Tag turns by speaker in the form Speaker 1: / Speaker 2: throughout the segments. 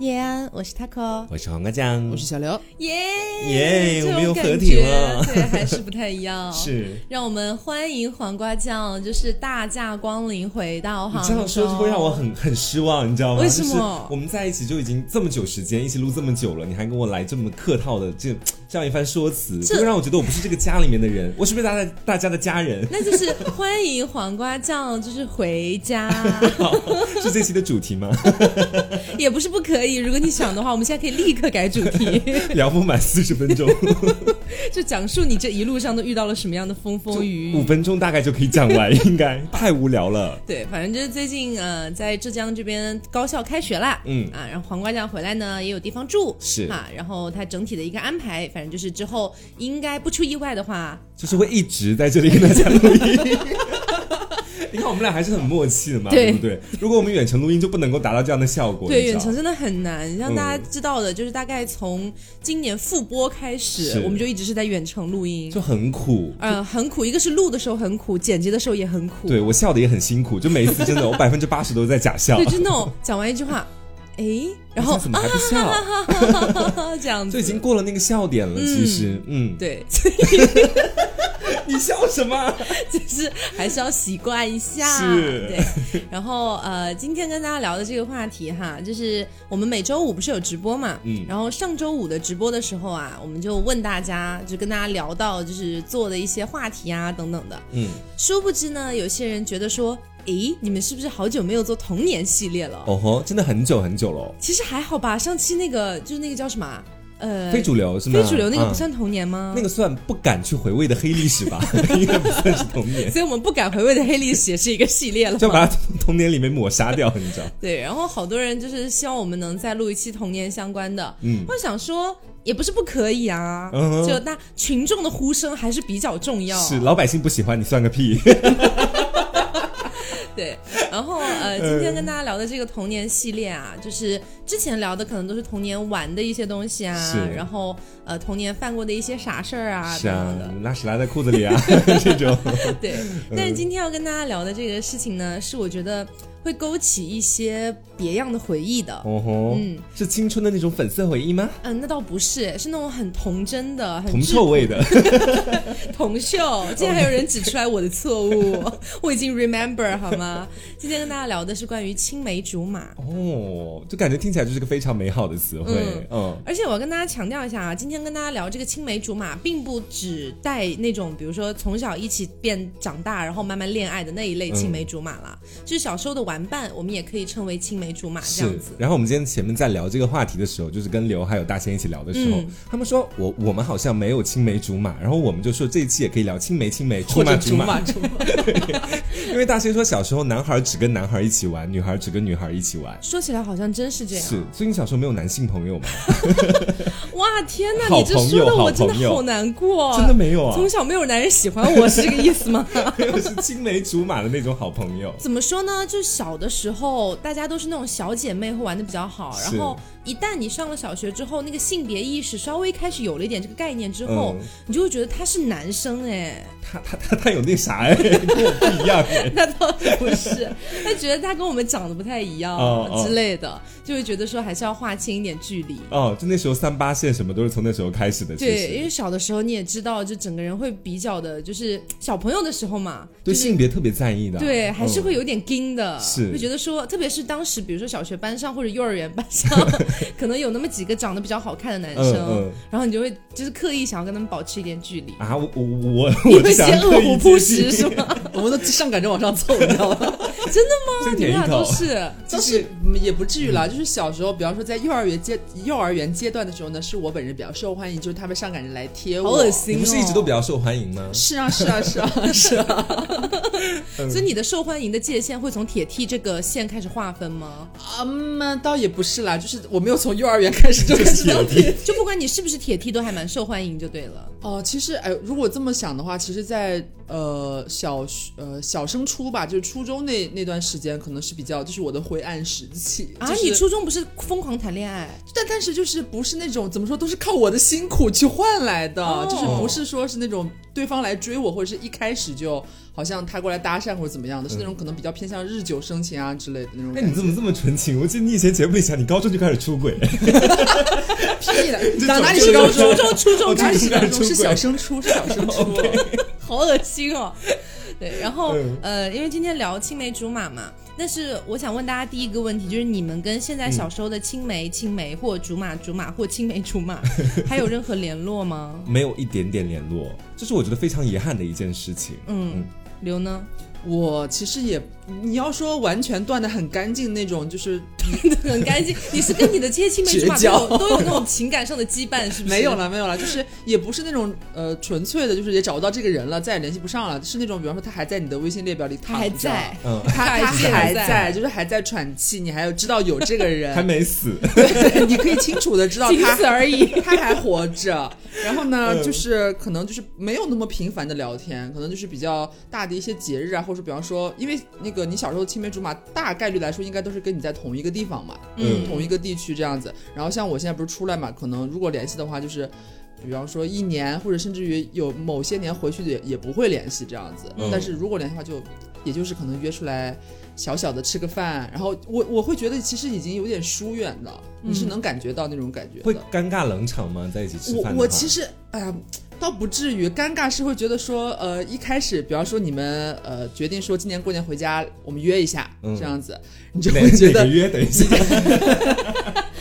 Speaker 1: 叶安，我是 Taco，
Speaker 2: 我是黄瓜酱，
Speaker 3: 我是小刘。
Speaker 1: 耶
Speaker 2: 耶
Speaker 1: 这
Speaker 2: 我们
Speaker 1: 种
Speaker 2: 又
Speaker 1: 感
Speaker 2: 合
Speaker 1: 觉
Speaker 2: 体了
Speaker 1: 对，还 是不太一样。，
Speaker 2: 是。
Speaker 1: 让我们欢迎黄瓜酱，就是大驾光临回到
Speaker 2: 你
Speaker 1: 杭
Speaker 2: 这
Speaker 1: 州。
Speaker 2: 样说就会让我很很失望，你知道吗？
Speaker 1: 为什么
Speaker 2: 就是我们在一起就已经这么久时间，一起录这么久了，你还跟我来这么客套的这这样一番说辞，
Speaker 1: 这？
Speaker 2: 就会让我觉得我不是这个家里面的人，我是不是大家大家的家人
Speaker 1: 那就是欢迎黄瓜酱，就是回家，
Speaker 2: 是这期的主题吗？
Speaker 1: 也不是不可以。如果你想的话，我们现在可以立刻改主 题，
Speaker 2: 聊不满四十分钟，
Speaker 1: 就讲述你这一路上都遇到了什么样的风风雨
Speaker 2: 五
Speaker 1: 雨。
Speaker 2: 分钟大概就可以讲完，应该太无聊了。
Speaker 1: 对，反正就是最近呃，在浙江这边高校开学啦，
Speaker 2: 嗯
Speaker 1: 啊，然后黄瓜酱回来呢也有地方住，
Speaker 2: 是
Speaker 1: 啊，然后他整体的一个安排，反正就是之后应该不出意外的话，
Speaker 2: 就是会一直在这里跟大家录音。 你看我们俩还是很默契的嘛，
Speaker 1: 对
Speaker 2: 对不对？如果我们远程录音就不能够达到这样的效果，
Speaker 1: 对
Speaker 2: 你知
Speaker 1: 远
Speaker 2: 道
Speaker 1: 程真的很难。像
Speaker 2: 嗯
Speaker 1: 大家知道的，就是大概从今年复播开始
Speaker 2: 是，
Speaker 1: 我们就一直是在远程录音，
Speaker 2: 就很苦。
Speaker 1: 呃，很苦。一个是录的时候很苦，剪辑的时候也很苦。
Speaker 2: 对，我笑的也很辛苦，就每一次 真的我百分之八十都是在假笑
Speaker 1: 对，，就是那种讲完一句话，哎，然后
Speaker 2: 我现在怎么还不笑？
Speaker 1: 啊这样
Speaker 2: 就
Speaker 1: 子
Speaker 2: 已经过了那个笑点了，其实，嗯，
Speaker 1: 对，
Speaker 2: 你笑什么？
Speaker 1: 就是还是要习惯一下。
Speaker 2: 是
Speaker 1: 对。然后呃，今天跟大家聊的这个话题哈，就是我们每周五不是有直播嘛，
Speaker 2: 嗯
Speaker 1: 然后上周五的直播的时候啊，我们就问大家，就跟大家聊到就是做的一些话题啊等等的。
Speaker 2: 嗯，
Speaker 1: 殊不知呢，有些人觉得说，诶，你们是不是好久没有做童年系列了？
Speaker 2: 哦吼，真的很久很久了，
Speaker 1: 其实还好吧，上期那个就是那个叫什么啊，呃，
Speaker 2: 非主流是吗？
Speaker 1: 非主流那个不
Speaker 2: 嗯
Speaker 1: 算童年吗？
Speaker 2: 那个算不敢去回味的黑历史吧，应该不算是童 年，
Speaker 1: 所以我们不敢回味的黑历史也是一个系列了
Speaker 2: 就
Speaker 1: 嘛。
Speaker 2: 把它从童年里面抹杀掉，你知道？
Speaker 1: 对，然后好多人就是希望我们能再录一期童年相关的，
Speaker 2: 嗯
Speaker 1: 我想说也不是不可以啊，
Speaker 2: 嗯哼
Speaker 1: 就那群众的呼声还是比较重要，
Speaker 2: 是老百姓不喜欢你算个屁。
Speaker 1: 对。然后呃，今天跟大家聊的这个童年系列啊，
Speaker 2: 嗯
Speaker 1: 就是之前聊的可能都是童年玩的一些东西啊
Speaker 2: 是，
Speaker 1: 然后呃童年犯过的一些傻事儿啊
Speaker 2: 是
Speaker 1: 等
Speaker 2: 啊
Speaker 1: 等的，，
Speaker 2: 拉屎拉在裤子 里啊，这种
Speaker 1: 对，
Speaker 2: 嗯
Speaker 1: 但是今天要跟大家聊的这个事情呢，是我觉得会勾起一些别样的回忆的。
Speaker 2: 哦吼，
Speaker 1: 嗯
Speaker 2: 是青春的那种粉色回忆吗？
Speaker 1: 嗯，那倒不是，是那种很童真的、很
Speaker 2: 铜
Speaker 1: 质
Speaker 2: 臭味的，
Speaker 1: 铜
Speaker 2: 哦
Speaker 1: 臭。竟然还有人指出来我的错误， 我已经 remember 好吗？今天跟大家聊的是关于青梅竹马，
Speaker 2: 哦，就感觉听起来就是个非常美好的词汇，嗯，
Speaker 1: 而且我要跟大家强调一下啊，今天跟大家聊这个青梅竹马，并不只带那种比如说从小一起变长大，然后慢慢恋爱的那一类青梅竹马啦，就是小时候的玩伴，我们也可以称为青梅竹马这样
Speaker 2: 是
Speaker 1: 子。。
Speaker 2: 然后我们今天前面在聊这个话题的时候，就是跟刘还有大仙一起聊的时候，
Speaker 1: 嗯
Speaker 2: 他们说我我们好像没有青梅竹马，然后我们就说这一期也可以聊青梅青梅竹马竹马，
Speaker 3: 竹马，
Speaker 2: 因为大仙说小时候男孩只跟男孩一起玩，女孩只跟女孩一起玩。
Speaker 1: 说起来好像真是这样。
Speaker 2: 是，所以你小时候没有男性朋友吗？
Speaker 1: 哇，天哪！
Speaker 2: 好
Speaker 1: 你这
Speaker 2: 朋
Speaker 1: 说
Speaker 2: 友
Speaker 1: 的我
Speaker 2: 好
Speaker 1: 真的
Speaker 2: 朋友
Speaker 1: 好难过，
Speaker 2: 真的没有啊，
Speaker 1: 从小没有男人喜欢我，是这个意思吗？
Speaker 2: 没有是青梅竹马的那种好朋友。
Speaker 1: 怎么说呢？就小的时候，大家都是那种小姐妹会玩的比较好，然
Speaker 2: 是
Speaker 1: 后一旦你上了小学之后，那个性别意识稍微开始有了一点这个概念之后，
Speaker 2: 嗯
Speaker 1: 你就会觉得他是男生哎，
Speaker 2: 他他他他有那啥哎，跟我不一样哎。
Speaker 1: 那倒不是，他觉得他跟我们长得不太一样
Speaker 2: 哦哦
Speaker 1: 之类的，就会觉得说还是要划清一点距离。
Speaker 2: 哦，就那时候三八线什么都是从那时候开始的，其
Speaker 1: 对，因
Speaker 2: 实
Speaker 1: 为小的时候你也知道，就整个人会比较的，就是小朋友的时候嘛，
Speaker 2: 对
Speaker 1: 就是
Speaker 2: 性别特别在意的，
Speaker 1: 对，还是
Speaker 2: 嗯
Speaker 1: 会有点惊的，
Speaker 2: 是
Speaker 1: 会觉得说，特别是当时，比如说小学班上或者幼儿园班上， 可能有那么几个长得比较好看的男生，
Speaker 2: 嗯嗯
Speaker 1: 然后你就会就是刻意想要跟他们保持一点距离，
Speaker 2: 啊，我我我
Speaker 1: 你
Speaker 2: 我就
Speaker 1: 会
Speaker 2: 想
Speaker 1: 先
Speaker 2: 刻
Speaker 1: 饿
Speaker 2: 意
Speaker 1: 虎
Speaker 2: 接
Speaker 1: 扑
Speaker 2: 近
Speaker 1: 食是 啊吗？
Speaker 3: 我们都上赶着往上凑，你知道 吗？
Speaker 1: 真的吗？
Speaker 2: 先
Speaker 1: 你们
Speaker 2: 舔
Speaker 1: 俩
Speaker 2: 一口
Speaker 1: 都，是。
Speaker 3: 但是嗯也不至于啦，就是小时候，比方说在幼儿园阶幼儿园阶段的时候呢，是我本人比较受欢迎，就是他们上赶着来贴我，
Speaker 1: 好恶心哦
Speaker 2: 你不是一直都比较受欢迎吗？
Speaker 3: 是啊，是啊，是 啊，是啊，
Speaker 1: 所以你的受欢迎的界限会从铁梯这个线开始划分吗？
Speaker 3: 嗯，那倒也不是啦，就是我没有从幼儿园开始就开始 当贴。
Speaker 1: 就不管你是不是铁梯，都还蛮受欢迎就对了。
Speaker 3: 哦、其实哎，如果这么想的话，其实在，呃小学呃小升初吧，就是初中那那段时间，可能是比较就是我的灰暗时期
Speaker 1: 啊，
Speaker 3: 就是
Speaker 1: 你初中不是疯狂谈恋爱？
Speaker 3: 但但是就是不是那种怎么说，都是靠我的辛苦去换来的，
Speaker 1: 哦
Speaker 3: 就是不是说是那种对方来追我，或者是一开始就好像他过来搭讪或者怎么样的，是那种可能比较偏向日久生情啊之类的那种
Speaker 2: 嗯哎，
Speaker 3: 感觉。
Speaker 2: 你怎么这么纯情？我记得你以前节目里讲，你高中就开始出轨，
Speaker 3: 屁
Speaker 2: 这
Speaker 3: 的，哪哪里
Speaker 2: 这
Speaker 3: 是高
Speaker 2: 这
Speaker 3: 中？
Speaker 1: 初中初
Speaker 2: 哦
Speaker 1: 中
Speaker 2: 这
Speaker 1: 开
Speaker 2: 个
Speaker 1: 始
Speaker 2: 是
Speaker 1: 的
Speaker 2: 高
Speaker 3: 高
Speaker 2: 中
Speaker 3: 中是小升初，是小升 初。
Speaker 1: 好恶心哦。对，然后
Speaker 3: 嗯
Speaker 1: 呃，因为今天聊青梅竹马嘛，但是我想问大家第一个问题，就是你们跟现在
Speaker 3: 嗯
Speaker 1: 小时候的青梅、青梅或竹马、竹马或青梅竹马， 还有任何联络吗？
Speaker 2: 没有一点点联络，这是我觉得非常遗憾的一件事情。
Speaker 1: 嗯，刘呢？
Speaker 3: 我其实也，你要说完全断的很干净那种，就是
Speaker 1: 很干净，你是跟你的这些青梅竹马都
Speaker 3: 绝交
Speaker 1: 有都有那种情感上的羁绊，是不是？
Speaker 3: 没有。了，没有了，就是也不是那种呃纯粹的，就是也找不到这个人了，再也联系不上了，是那种比方说他还在你的微信列表里
Speaker 1: 他
Speaker 3: 躺着，
Speaker 1: 还在，
Speaker 2: 嗯，
Speaker 3: 他
Speaker 1: 他
Speaker 3: 他
Speaker 1: 还
Speaker 3: 还
Speaker 1: 在
Speaker 3: 在，就是还在喘气，你还有知道有这个人，
Speaker 2: 还没死，
Speaker 3: 对，你可以清楚的知道
Speaker 1: 仅
Speaker 3: 他
Speaker 1: 此而 已。
Speaker 3: 他还活着。然后呢，
Speaker 2: 嗯
Speaker 3: 就是可能就是没有那么频繁的聊天，可能就是比较大的一些节日啊，或者比方说，因为那个你小时候青梅竹马，大概率来说应该都是跟你在同一个地方嘛，
Speaker 1: 嗯
Speaker 3: 同一个地区这样子。然后像我现在不是出来嘛，可能如果联系的话，就是。比方说一年，或者甚至于有某些年回去也也不会联系这样子，
Speaker 2: 嗯
Speaker 3: 但是如果联系的话就，也就是可能约出来小小的吃个饭，然后我我会觉得其实已经有点疏远了，你是
Speaker 1: 嗯
Speaker 3: 能感觉到那种感觉的。
Speaker 2: 会尴尬冷场吗？在一起吃饭的话
Speaker 3: 我我其实，哎呀，倒不至于尴尬，是会觉得说，呃，一开始，比方说你们呃决定说今年过年回家，我们约一下、
Speaker 2: 嗯
Speaker 3: 这样子，你就
Speaker 2: 哪
Speaker 3: 会觉
Speaker 2: 哪个
Speaker 3: 得
Speaker 2: 约？等 一下，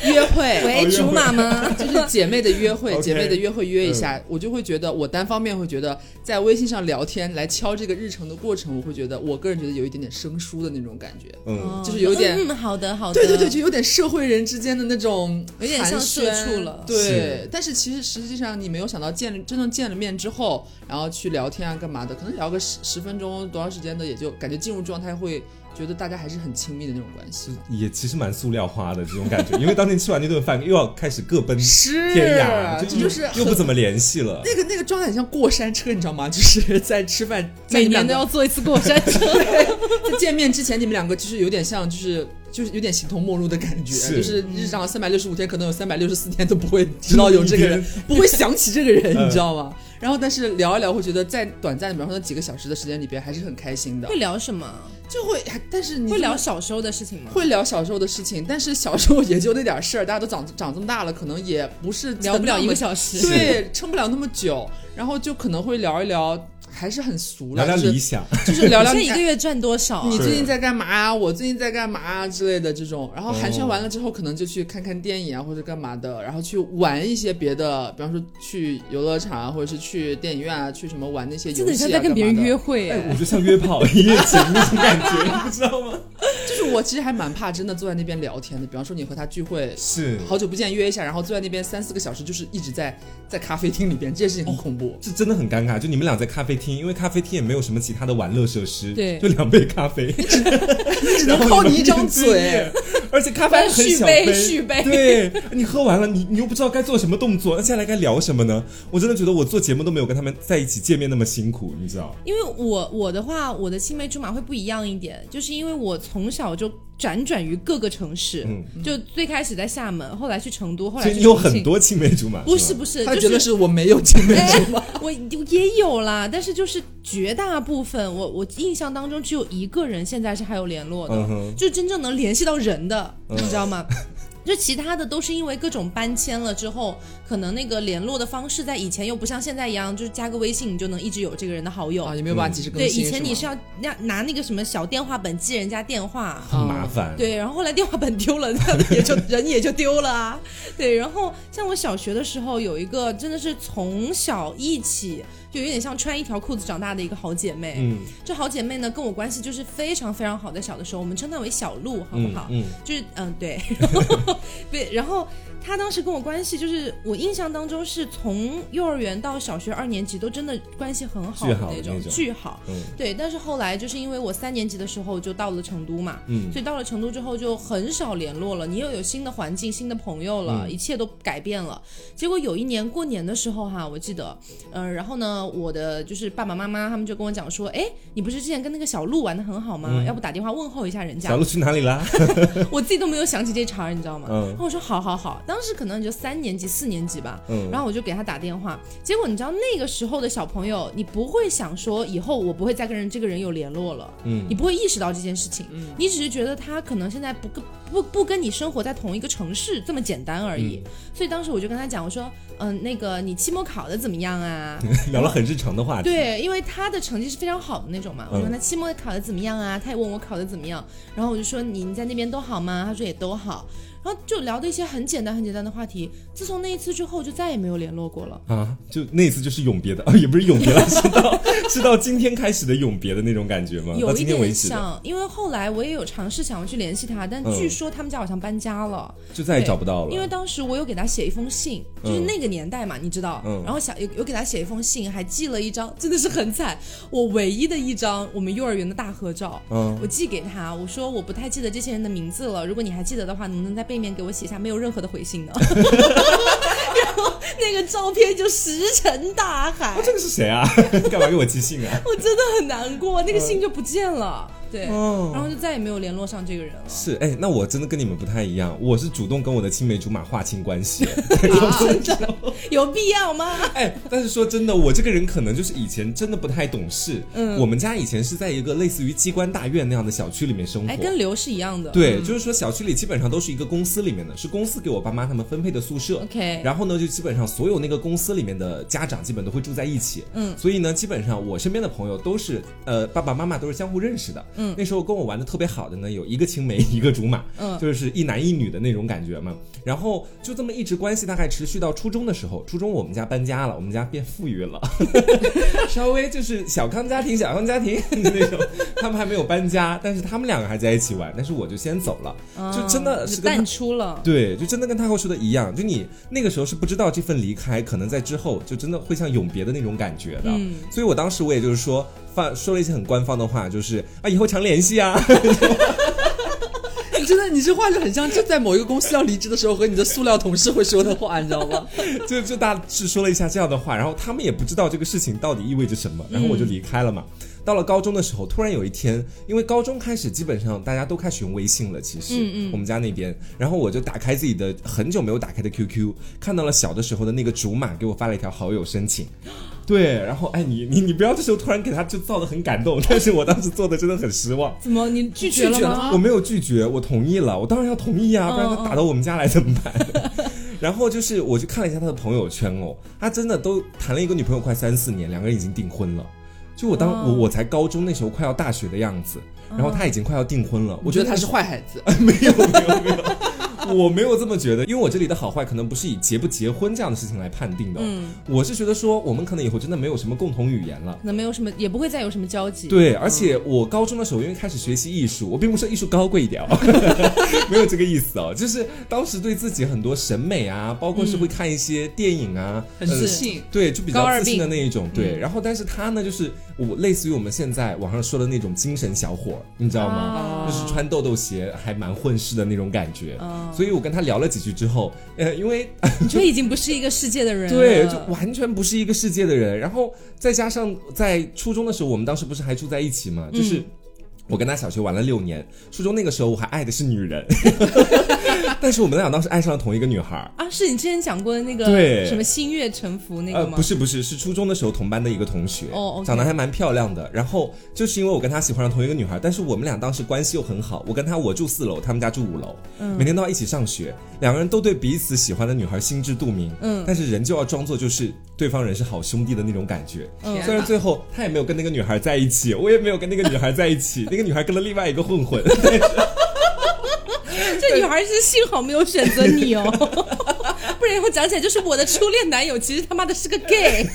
Speaker 3: 约会。
Speaker 1: 喂，竹马吗？
Speaker 3: 就是姐妹的约会，
Speaker 2: OK 嗯
Speaker 3: 姐妹的约会约一下，我就会觉得，我单方面会觉得，在微信上聊天来敲这个日程的过程，我会觉得，我个人觉得有一点点生疏的那种感觉。
Speaker 2: 嗯，
Speaker 1: 哦
Speaker 3: 就是有点
Speaker 1: 嗯，好的好的，
Speaker 3: 对对对，就有点社会人之间的那种
Speaker 1: 有点
Speaker 3: 寒
Speaker 1: 像
Speaker 3: 暄
Speaker 1: 社畜了
Speaker 3: 对
Speaker 2: 是，
Speaker 3: 但是其实实际上你没有想到见真正见了面之后，然后去聊天啊干嘛的，可能聊个十十分钟多长时间的，也就感觉进入状态会觉得大家还是很亲密的那种关系。
Speaker 2: 也其实蛮塑料化的这种感觉，因为当天吃完那顿饭，又要开始各奔
Speaker 3: 是
Speaker 2: 天涯，啊
Speaker 3: 这就是
Speaker 2: 又不
Speaker 3: 很
Speaker 2: 怎么联系了。
Speaker 3: 那个那个状态很像过山车，你知道吗？就是 在吃饭，在
Speaker 1: 每
Speaker 3: 你们
Speaker 1: 年
Speaker 3: 两
Speaker 1: 都
Speaker 3: 个
Speaker 1: 要坐一次过山车。
Speaker 3: 在见面之前，你们两个就是有点像，就是就是有点形同陌路的感觉，
Speaker 2: 是
Speaker 3: 就是日常三百六十五天，可能有三百六十四天都 不会知道有这个人，不会想起这个人，
Speaker 2: 嗯
Speaker 3: 你知道吗？然后但是聊一聊，会觉得在短暂的，比方说那几个小时的时间里边，还是很开心的
Speaker 1: 会，聊什么？
Speaker 3: 就会，还但是你
Speaker 1: 会聊。小时候的事情吗？
Speaker 3: 会聊小时候的事情，但是小时候也就那点事儿，大家都长长这么大了，可能也不是
Speaker 1: 聊不了一个
Speaker 3: 时，
Speaker 1: 小 时。
Speaker 3: 对，撑不了那么久，然后就可能会聊一聊，还是很俗
Speaker 2: 聊
Speaker 3: 了，
Speaker 2: 聊
Speaker 3: 就是
Speaker 2: 理想，
Speaker 3: 就是聊 聊
Speaker 1: 这
Speaker 3: 你
Speaker 1: 一个月赚多少啊？
Speaker 3: 你
Speaker 2: 是
Speaker 3: 最近在干嘛啊？我最近在干嘛啊？之类的这种，然后寒暄
Speaker 2: 哦
Speaker 3: 完了之后，可能就去看看电影啊，或者干嘛的，然后去玩一些别的，比方说去游乐场啊，或者是去电影院啊，去什么玩那些游戏、
Speaker 1: 真
Speaker 3: 啊。
Speaker 1: 的像在跟别人
Speaker 3: 干嘛
Speaker 1: 约
Speaker 3: 的，
Speaker 1: 会
Speaker 2: 哎，我
Speaker 1: 哎，
Speaker 2: 觉得像约炮一 夜情那种感觉， 你不知道吗？
Speaker 3: 就是我其实还蛮怕真的坐在那边聊天的。比方说你和他聚会，
Speaker 2: 是，
Speaker 3: 好久不见约一下，然后坐在那边三四个小时，就是一直在在咖啡厅里边，这件事情很恐
Speaker 1: 哦
Speaker 3: 怖。
Speaker 2: 这真的很尴尬。就你们俩在咖啡厅，因为咖啡厅也没有什么其他的玩乐设施，
Speaker 1: 对
Speaker 2: 就两杯咖 啡，
Speaker 3: 只
Speaker 2: 然
Speaker 3: 能
Speaker 2: 后
Speaker 3: 靠
Speaker 2: 们
Speaker 3: 你一张
Speaker 2: 面对
Speaker 3: 嘴。
Speaker 2: 面，而且咖啡还很小
Speaker 1: 翻续杯续杯
Speaker 2: 对你喝完了，你你又不知道该做什么动作，那接下来该聊什么呢？我真的觉得我做节目都没有跟他们在一起见面那么辛苦，你知道？
Speaker 1: 因为我我的话，我的青梅竹马会不一样一点，就是因为我从小就辗转于各个城市，
Speaker 2: 嗯
Speaker 1: 就最开始在厦门，后来去成都，后
Speaker 2: 所
Speaker 1: 来去
Speaker 2: 以你有
Speaker 1: 重庆
Speaker 2: 很。多青梅竹马，
Speaker 1: 不是
Speaker 2: 吧
Speaker 1: 不是，
Speaker 3: 他
Speaker 1: 就
Speaker 3: 觉得是我没有经历
Speaker 1: 哎
Speaker 3: 过吗？
Speaker 1: 我也有啦，但是就是绝大部分，我我印象当中只有一个人现在是还有联络的，
Speaker 2: 嗯哼
Speaker 1: 就真正能联系到人的，
Speaker 2: 嗯
Speaker 1: 你知道吗？ 就其他的都是因为各种搬迁了之后，可能那个联络的方式在以前又不像现在一样，就是加个微信你就能一直有这个人的好友。
Speaker 3: 啊，也没有办法及时更
Speaker 1: 哎对，
Speaker 3: 新。
Speaker 1: 以前你
Speaker 3: 吗
Speaker 1: 是要拿拿那个什么小电话本记人家电话，
Speaker 2: 很麻烦，
Speaker 1: 对，然后后来电话本丢了，那也就人也就丢了啊。对，然后像我小学的时候有一个真的是从小一起就有点像穿一条裤子长大的一个好姐妹，
Speaker 2: 嗯，
Speaker 1: 这好姐妹呢跟我关系就是非常非常好，在小的时候我们称她为小鹿，好
Speaker 2: 嗯，
Speaker 1: 不好？
Speaker 2: 嗯，
Speaker 1: 就是嗯对，对，然后她当时跟我关系就是我印象当中是从幼儿园到小学二年级都真的关系很好的
Speaker 2: 巨好的
Speaker 1: 那种
Speaker 2: 那，种
Speaker 1: 巨好。
Speaker 2: 嗯
Speaker 1: 对，但是后来就是因为我三年级的时候就到了成都嘛，
Speaker 2: 嗯
Speaker 1: 所以到了成都之后就很少联络了。你又有新的环境、新的朋友了，
Speaker 2: 嗯
Speaker 1: 一切都改变了。结果有一年过年的时候哈，我记得，嗯、然后呢，呢，我的就是爸爸妈妈他们就跟我讲说，哎，你不是之前跟那个小鹿玩的很好吗？要不打电话问候一下人家
Speaker 2: 嗯小。鹿去哪里啦？
Speaker 1: 我自己都没有想起这茬儿，你知道吗？
Speaker 2: 嗯
Speaker 1: 然后我说好好好，当时可能也就三年级、四年级吧。
Speaker 2: 嗯
Speaker 1: 然后我就给他打电话，结果你知道那个时候的小朋友，你不会想说以后我不会再跟人这个人有联络了，
Speaker 2: 嗯
Speaker 1: 你不会意识到这件事情，你只是觉得他可能现在不跟不不跟你生活在同一个城市这么简单而已。
Speaker 2: 嗯
Speaker 1: 所以当时我就跟他讲，我说，嗯、那个你期末考的怎么样 啊？
Speaker 2: 聊了很日常的话题。，
Speaker 1: 对，因为他的成绩是非常好的那种嘛。
Speaker 2: 嗯
Speaker 1: 我问他期末考的怎么样啊？他也问我考的怎么样。然后我就说你你在那边都好吗？他说也都好。然后就聊的一些很简单很简单的话题。自从那一次之后，就再也没有联络过了。
Speaker 2: 啊，就那次就是永别的啊，也不是永别了，是到是到今天开始的永别的那种感觉吗？到
Speaker 1: 有一
Speaker 2: 今天为
Speaker 1: 点
Speaker 2: 止的，
Speaker 1: 像，因为后来我也有尝试想要去联系他，但
Speaker 2: 嗯
Speaker 1: 据说他们家好像搬家了。
Speaker 2: 就再也找不到了。
Speaker 1: 因为当时我有给他写一封信，就是那个年代嘛，你知道，
Speaker 2: 嗯
Speaker 1: 然后想有有给他写一封信，还寄了一张，真的是很惨， 我唯一的一张我们幼儿园的大合照，
Speaker 2: 嗯
Speaker 1: 我寄给他，我说我不太记得这些人的名字了，如果你还记得的话，能不能在背面给我写下没有任何的 回 信呢？然后那个照片就石沉大海
Speaker 2: 啊，，这个是谁啊？ 干嘛给我寄信啊？
Speaker 1: 我真的很难过，那个信就不见了，对，
Speaker 2: 哦
Speaker 1: 然后就再也没有联络上这个人了。
Speaker 2: 是哎，那我真的跟你们不太一样，我是主动跟我的青梅竹马划清 关系。
Speaker 1: 真的有必要吗？
Speaker 2: 哎，但是说真的，我这个人可能就是以前真的不太懂事。嗯，我们家以前是在一个类似于机关大院那样的小区里面生活。
Speaker 1: 哎，跟刘是一样的。嗯
Speaker 2: 对，就是说小区里基本上都是一个公司里面的，是公司给我爸妈他们分配的宿舍。
Speaker 1: OK
Speaker 2: 然后呢，就基本上所有那个公司里面的家长基本都会住在一起。
Speaker 1: 嗯
Speaker 2: 所以呢，基本上我身边的朋友都是呃爸爸妈妈都是相互认识的。嗯，那时候跟我玩的特别好的呢，有一个青梅，一个竹马，
Speaker 1: 嗯
Speaker 2: 就是一男一女的那种感觉嘛。然后就这么一直关系大概持续到初中的时候，初中我们家搬家了，我们家变富裕了。稍微就是小康家庭，小康家庭 的那种。他们还没有搬家，但是他们两个还在一起玩，但是我就先走了，
Speaker 1: 哦
Speaker 2: 就真的
Speaker 1: 嗯
Speaker 2: 是
Speaker 1: 就
Speaker 2: 跟他
Speaker 1: 淡。出了。
Speaker 2: 对，就真的跟他后说的一样，就你那个时候是不知道这份离开，可能在之后就真的会像永别的那种感觉的。所以我当时我也就是说，放说了一些很官方的话，就是啊，以后常联系啊。
Speaker 3: 你真的，你这话就很像就在某一个公司要离职的时候和你的塑料同事会说的话，你知道吗？
Speaker 2: 就就大致说了一下这样的话，然后他们也不知道这个事情到底意味着什么，然后我就离开了嘛。到了高中的时候，突然有一天，因为高中开始基本上大家都开始用微信了，其实，嗯嗯我们家那边，然后我就打开自己的很久没有打开的 QQ，看到了小的时候的那个竹马给我发了一条好友申请。对，然后哎，你你你不要这时候突然给他就造的很感动，但是我当时做的真的很失望。
Speaker 1: 怎么你拒
Speaker 3: 绝了吗嗯
Speaker 2: 我没有拒绝，我同意了，我当然要同意啊，不然他打到我们家来怎么办？ 然后就是，我去看了一下他的朋友圈哦，他真的都谈了一个女朋友快三四年，两个人已经订婚了。就我当、
Speaker 3: 嗯
Speaker 2: 我我才高中那时候快要大学的样子，然后他已经快要订婚了，
Speaker 3: 我
Speaker 2: 我觉
Speaker 3: 觉得
Speaker 2: 得
Speaker 3: 他是坏孩子，
Speaker 2: 没有没有没有，我没有这么觉得，因为我这里的好坏可能不是以结不结婚这样的事情来判定的哦，
Speaker 3: 嗯
Speaker 2: 我是觉得说我们可能以后真的没有什么共同语言了。
Speaker 1: 可能没有什么，也不会再有什么交集。，啊
Speaker 2: 对，而且我高中的时候，因为开始学习艺术，我并不是艺术高贵一点哦，没有这个意思哦，就是当时对自己很多审美啊，包括是会看一些电影啊，
Speaker 3: 很
Speaker 2: 呃
Speaker 3: 自信。
Speaker 2: 对，就比
Speaker 1: 高
Speaker 2: 较
Speaker 1: 二
Speaker 2: 自信的
Speaker 1: 病
Speaker 2: 那一种，对。然后，但是他呢，就是我类似于我们现在网上说的那种精神小伙儿，你知道吗？
Speaker 1: 啊
Speaker 2: 就是穿豆豆鞋，还蛮混世的那种感觉。
Speaker 1: 哦
Speaker 2: 所以我跟他聊了几句之后，呃，因为
Speaker 1: 啊你就已经不是一个世界的人了。
Speaker 2: 对，就完全不是一个世界的人。然后再加上在初中的时候，我们当时不是还住在一起
Speaker 1: 嗯
Speaker 2: 嘛，就是。我跟他小学玩了六年，初中那个时候我还爱的是女 人， 但是我们俩当时爱上了同一个女孩儿，
Speaker 1: 啊，是你之前讲过的那个
Speaker 2: 对
Speaker 1: 什么星月沉浮那
Speaker 2: 呃，
Speaker 1: 个吗？
Speaker 2: 不是不是，是初中的时候同班的一个同学，
Speaker 1: 哦，OK
Speaker 2: 长得还蛮漂亮的。然后就是因为我跟他喜欢上同一个女孩，但是我们俩当时关系又很好，我跟他我住四楼，他们家住五楼，
Speaker 1: 嗯
Speaker 2: 每天都要一起上学，两个人都对彼此喜欢的女孩心知肚明，
Speaker 1: 嗯
Speaker 2: 但是人就要装作就是对方人是好兄弟的那种感觉。
Speaker 1: 嗯
Speaker 2: 虽然最后他也没有跟那个女孩在一起，我也没有跟那个女孩在一起，那个女孩跟了另外一个混混。
Speaker 1: 这女孩是幸好没有选择你 哦，不然以后讲起来就是我的初恋男友，其实他妈的是个 gay。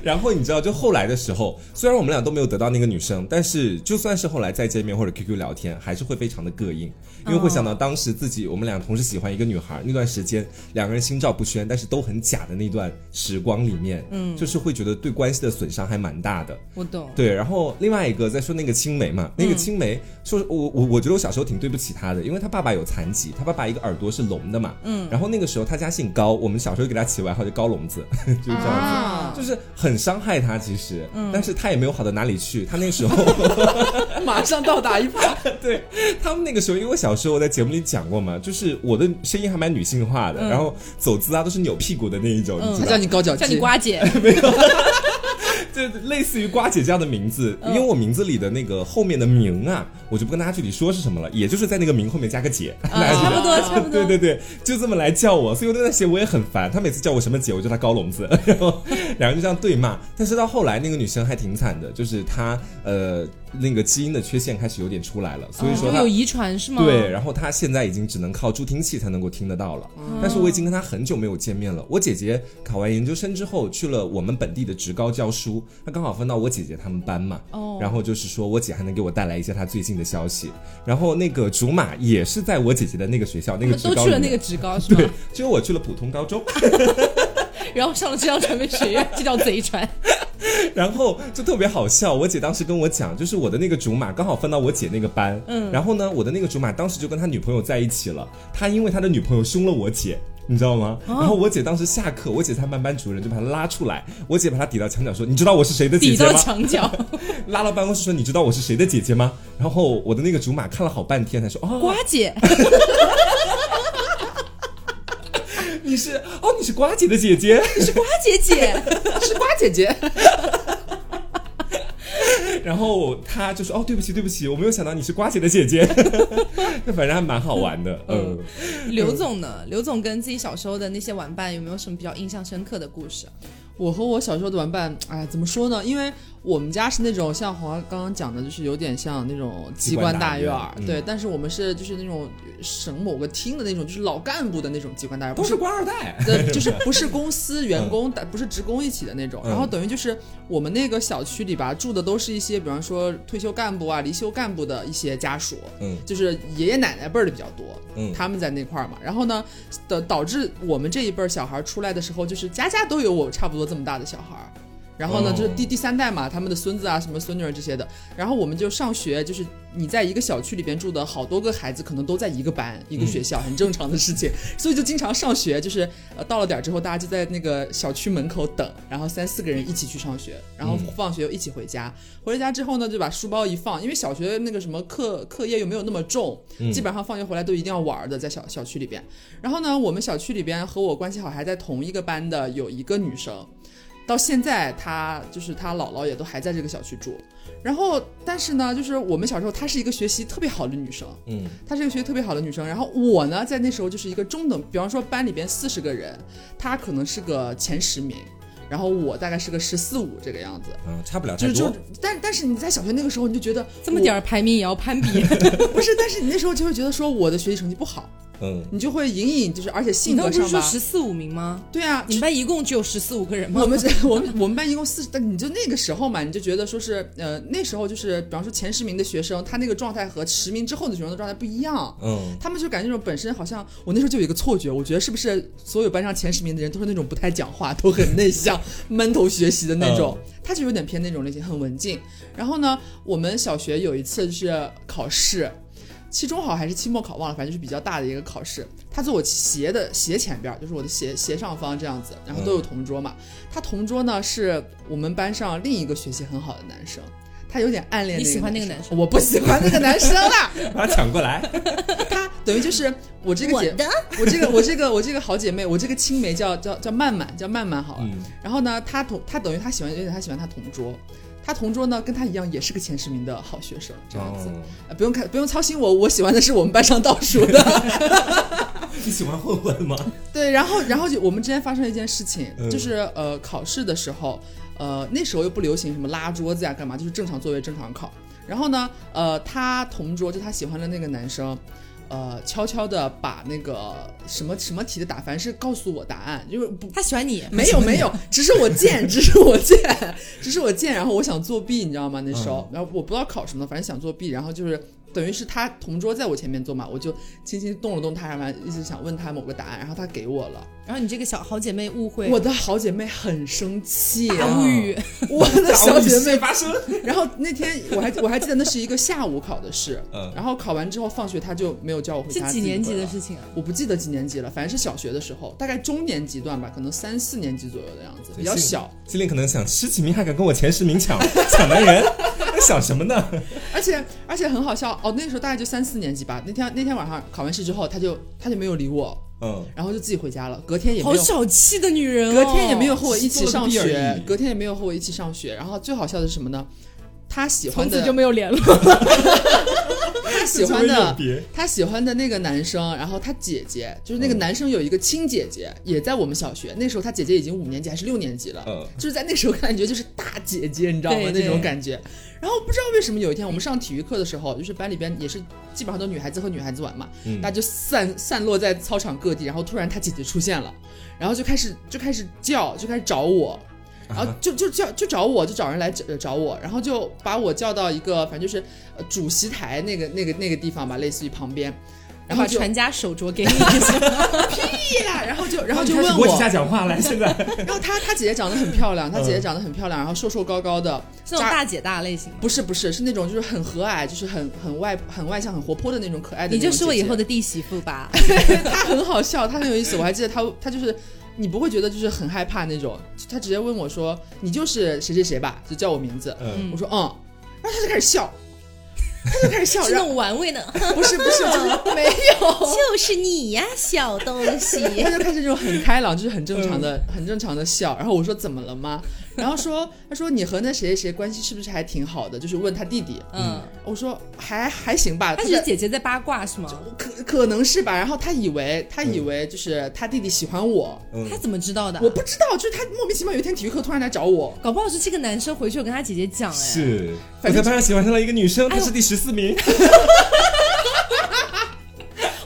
Speaker 2: 然后你知道，就后来的时候，虽然我们俩都没有得到那个女生，但是就算是后来再见面或者 QQ 聊天，还是会非常的膈应，因为会想到当时自己我们俩同时喜欢一个女孩那段时间，两个人心照不宣，但是都很假的那段时光里面，嗯，就是会觉得对关系的损伤还蛮大的。
Speaker 1: 我懂，
Speaker 2: 对，然后另外一个再说那个青梅嘛，那个青梅，说我我我觉得我小时候挺对不起他的，因为他爸爸有残疾，他爸爸一个耳朵是 聋的嘛，嗯，然后那个时候他家姓高，我们小时候给他起外号叫高聋子，就是这样子。
Speaker 1: 啊
Speaker 2: 就是就是很伤害他，其实，但是他也没有好到哪里去。他那时候，
Speaker 3: 马上倒打一耙。
Speaker 2: 对他们那个时候，因为我小时候我在节目里讲过嘛，就是我的声音还蛮女性化的，然后走姿啊都是扭屁股的那一种，你知
Speaker 3: 他
Speaker 2: 道吗
Speaker 3: 叫你高脚
Speaker 1: 叫你
Speaker 3: 鸡，
Speaker 1: 瓜 姐，
Speaker 2: 就类似于瓜姐这样的名字，因为我名字里的那个后面的名啊，我就不跟大家具体说是什么了，也就是在那个名后面加个姐， 大家知
Speaker 1: 啊差
Speaker 2: 道
Speaker 1: 不多差不多。
Speaker 2: 对 对对，就这么来叫我，所以我那段时间我也很烦，他每次叫我什么姐，我叫她高笼子， 然后两人就这样对骂。但是到后来，那个女生还挺惨的，就是她呃那个基因的缺陷开始有点出来了，所以说
Speaker 1: 哦
Speaker 2: 她、
Speaker 1: 有遗传是吗？
Speaker 2: 对，，然后她现在已经只能靠助听器才能够听得到了。
Speaker 1: 嗯
Speaker 2: 但是我已经跟她很久没有见面了。我姐姐考完研究生之后去了我们本地的职高教书，她刚好分到我姐姐他们班嘛。
Speaker 1: 哦
Speaker 2: 然后就是说我姐还能给我带来一些她最近的消息。然后那个竹马也是在我姐姐的那个学校，
Speaker 1: 他
Speaker 2: 那个
Speaker 1: 们
Speaker 2: 职
Speaker 1: 都
Speaker 2: 高
Speaker 1: 去
Speaker 2: 里
Speaker 1: 了
Speaker 2: 面
Speaker 1: 那个职高是
Speaker 2: 对
Speaker 1: 吗？，
Speaker 2: 只有我去了普通高中，
Speaker 1: 然后上了这条传媒学院，这叫贼船。
Speaker 2: 然后就特别好笑。我姐当时跟我讲，就是我的那个竹马刚好分到我姐那个班，嗯，然后呢，我的那个竹马当时就跟他女朋友在一起了，他因为他的女朋友凶了我姐。你知道吗？然后我姐当时下课，我姐她们班主任就把她拉出来，我姐把她抵到墙角说：“你知道我是谁的 姐
Speaker 1: 抵
Speaker 2: 姐
Speaker 1: 到
Speaker 2: 吗？”
Speaker 1: 墙角，
Speaker 2: 拉到办公室说：“你知道我是谁的姐姐吗？”然后我的那个竹马看了好半天，才说：“哦，
Speaker 1: 瓜姐，
Speaker 2: 你是哦，你是瓜姐的姐 姐。”
Speaker 1: 是瓜姐姐，
Speaker 3: 是瓜姐姐。
Speaker 2: 然后他就说：“哦，对不起，对不起，我没有想到你是瓜姐的姐姐。” 那反正还蛮好玩的，嗯。
Speaker 1: 刘总呢？刘总跟自己小时候的那些玩伴有没有什么比较印象深刻的故事？
Speaker 3: 我和我小时候的玩伴，哎，怎么说呢？因为我们家是那种像黄刚刚讲的，就是有点像那种
Speaker 2: 机
Speaker 3: 机
Speaker 2: 关
Speaker 3: 关
Speaker 2: 大
Speaker 3: 大
Speaker 2: 院
Speaker 3: 院儿，
Speaker 2: 嗯
Speaker 3: 对。但是我们是就是那种省某个厅的那种，就是老干部的那种机关大院，不
Speaker 2: 都
Speaker 3: 是
Speaker 2: 是官二代，
Speaker 3: 呃， 就是嗯不是公司员工，但不是职工一起的那种。
Speaker 2: 嗯
Speaker 3: 然后等于就是我们那个小区里吧，住的都是一些，比方说退休干部啊、离休干部的一些家属，
Speaker 2: 嗯
Speaker 3: 就是爷爷奶奶辈儿的比较多，
Speaker 2: 嗯
Speaker 3: 他们在那块儿嘛。然后呢，导导致我们这一辈儿小孩儿出来的时候，就是家家都有我差不多这么大的小孩儿。然后呢，
Speaker 2: 哦
Speaker 3: 就是第第三代嘛，他们的孙子啊，什么孙女儿这些的。然后我们就上学，就是你在一个小区里边住的好多个孩子，可能都在一个班、一个学校，很正常的事情。所以就经常上学，就是呃到了点儿之后，大家就在那个小区门口等，然后三四个人一起去上学，然后放学又一起回家。回了家之后呢，就把书包一放，因为小学那个什么课课业又没有那么重，基本上放学回来都一定要玩儿的，在小小区里边。然后呢，我们小区里边和我关系好还在同一个班的有一个女生。到现在，她就是她姥姥也都还在这个小区住，然后但是呢，就是我们小时候她是一个学习特别好的女生，
Speaker 2: 嗯，
Speaker 3: 她是一个学习特别好的女生。然后我呢，在那时候就是一个中等，比方说班里边四十个人，她可能是个前十名，然后我大概是个十四五这个样子。
Speaker 2: 啊，差不了
Speaker 3: 就
Speaker 2: 太
Speaker 3: 是就
Speaker 2: 多
Speaker 3: 是，，但但是你在小学那个时候，你就觉得
Speaker 1: 这么点
Speaker 3: 儿
Speaker 1: 儿排名也要攀 比，
Speaker 3: 不是，但是你那时候就会觉得说我的学习成绩不好，
Speaker 2: 嗯，
Speaker 3: 你就会隐隐就是，而且
Speaker 1: 你
Speaker 3: 性
Speaker 1: 刚
Speaker 3: 格
Speaker 1: 不是
Speaker 3: 上
Speaker 1: 说
Speaker 3: 吧，
Speaker 1: 十四五名吗？
Speaker 3: 对啊，
Speaker 1: 你们班一共只有十四五个人吗？
Speaker 3: 我们我们我们班一共四十，但你就那个时候嘛，你就觉得说是呃那时候就是，比方说前十名的学生，他那个状态和十名之后的学生的状态不一样。
Speaker 2: 嗯，
Speaker 3: 他们就感觉那种本身好像，我那时候就有一个错觉，我觉得是不是所有班上前十名的人都是那种不太讲话、都很 内向、闷头学习的那种，
Speaker 1: 嗯
Speaker 3: 他就有点偏那种类型，很文静。然后呢，我们小学有一次就是考试，期中考还是期末考忘了，反正就是比较大的一个考试。他坐我斜的斜前边儿，就是我的斜斜上方这样子，然后都有同桌嘛。他同桌呢是我们班上另一个学习很好的男生。他有点暗恋
Speaker 1: 你喜欢那个
Speaker 3: 男
Speaker 1: 男
Speaker 3: 生，我不喜欢那个男生啦。
Speaker 2: 把她抢过来，
Speaker 3: 她等于就是我这个姐， 我这个我这个我这个好姐妹，我这个青梅叫叫叫曼曼，叫曼曼好了。
Speaker 2: 嗯
Speaker 3: 然后呢，她同她等于她喜欢，有点她喜欢她同桌，她同桌呢跟她一样也是个前十名的好学生，这样子、
Speaker 2: 哦
Speaker 3: 呃不用看不用操心我，我喜欢的是我们班上倒数的。
Speaker 2: 你喜欢混混 吗？
Speaker 3: 对，然后然后就我们之间发生了一件事情，
Speaker 2: 嗯
Speaker 3: 就是呃考试的时候，呃那时候又不流行什么拉桌子呀、干嘛，就是正常座位正常考。然后呢，呃他同桌就他喜欢的那个男生。呃，悄悄的把那个什么什么题的答，反正是告诉我答案，就是不
Speaker 1: 他喜欢你，
Speaker 3: 没有没有，只是我 贱，只是我贱，嗯只是我贱。然后我想作弊，你知道吗？那时候，然后我不知道考什么，反正想作弊，然后就是。等于是他同桌在我前面坐嘛，我就轻轻动了动他，然后一直想问他某个答案，然后他给我了。
Speaker 1: 然后你这个小好姐妹误会
Speaker 3: 我的好姐妹很生气、
Speaker 1: 大
Speaker 3: 啊，
Speaker 1: 无语，
Speaker 3: 我的小姐妹
Speaker 2: 发生，
Speaker 3: 然后那天我还我还记得那是一个下午考的试，
Speaker 2: 嗯
Speaker 3: 然后考完之后放学他就没有叫我回
Speaker 1: 是
Speaker 3: 家。
Speaker 1: 几年级的
Speaker 3: 事？
Speaker 1: 事情啊？
Speaker 3: 我不记得几年级了，反正是小学的时候，大概中年级段吧，可能三四年级左右的样子，比较小。
Speaker 2: 心里可能想，十几名还敢跟我前十名 抢抢男人，在想什么呢？
Speaker 3: 而且而且很好笑哦，那个时候大概就三四年级吧。那天那天晚上考完试之后，他就他就没有理我，
Speaker 2: 嗯，
Speaker 3: 然后就自己回家了。隔天也没
Speaker 1: 好
Speaker 3: 有，
Speaker 1: 小气的女人、哦，
Speaker 3: 隔天也没有和我一起上
Speaker 2: 做了个弊而
Speaker 3: 学
Speaker 2: 已，
Speaker 3: 隔天也没有和我一起上学。然后最好笑的是什么呢？他喜欢
Speaker 4: 从
Speaker 3: 的
Speaker 4: 此就没有联络。
Speaker 3: 他 喜欢
Speaker 2: 这么
Speaker 3: 的
Speaker 2: 有别
Speaker 3: 他喜欢的那个男生，然后他姐姐就是那个男生有一个亲姐姐，也在我们小学。那时候他姐姐已经五年级还是六年级了，
Speaker 2: 嗯
Speaker 3: 就是在那时候感觉就是大姐姐，你知道吗
Speaker 1: 对？对
Speaker 3: 那种感觉。然后不知道为什么有一天我们上体育课的时候，就是班里边也是基本上都女孩子和女孩子玩嘛，
Speaker 2: 嗯
Speaker 3: 大家就散散落在操场各地。然后突然他姐姐出现了，然后就开始就开始叫，就开始找我。然后就就叫就找我，就找人来找找我，然后就把我叫到一个反正就是呃主席台那个那个那个地方吧，类似于旁边，然
Speaker 1: 然
Speaker 3: 后
Speaker 1: 后
Speaker 3: 就
Speaker 1: 哦传家手镯给 你一下，
Speaker 3: 呀，然后就然后就
Speaker 2: 开始
Speaker 3: 问
Speaker 2: 国旗下
Speaker 3: 我，
Speaker 2: 讲话来，现在
Speaker 3: 然后她她姐姐长得很漂亮，她姐姐长得很漂亮，然后瘦瘦高高的，
Speaker 1: 这种大姐大类型。
Speaker 3: 不是不是是那种就是很和蔼，就是很很外很外向很活泼的那种可爱的
Speaker 1: 你
Speaker 3: 那种姐姐。
Speaker 1: 就是我以后 的弟媳妇吧？
Speaker 3: 哎他很好笑，他很有意思。我还记得他，他就是你不会觉得就是很害怕那种，他直接问我说：“你就是谁谁谁吧？”就叫我名字。
Speaker 2: 嗯
Speaker 3: 我说嗯，然后他就开始 笑，他就开始笑，
Speaker 1: 是那
Speaker 3: 然后
Speaker 1: 种玩味呢，
Speaker 3: 不是不是就是没有。
Speaker 1: 就是你呀，小东西。
Speaker 3: 他就开始这种很开朗，就是很正常的、很正常的笑。然后我说怎么了吗？然后说，他说你和那谁谁谁关系是不是还挺好的？就是问他弟弟。
Speaker 1: 嗯，
Speaker 3: 我说还还行吧。
Speaker 1: 她
Speaker 3: 就
Speaker 1: 只是姐姐在八卦是吗？
Speaker 3: 可可能是吧。然后他以为他以为就是他弟弟喜欢我，
Speaker 2: 嗯
Speaker 1: 她，怎么知道的啊？
Speaker 3: 我不知道，就是他莫名其妙有一天体育课突然来找我，
Speaker 1: 搞不好是这个男生回去有跟他姐姐讲哎，
Speaker 2: 是 我
Speaker 3: 反
Speaker 2: 在
Speaker 3: 正
Speaker 2: 班上喜欢上了一个女生，她
Speaker 1: 哎呦
Speaker 2: 是第十四 名，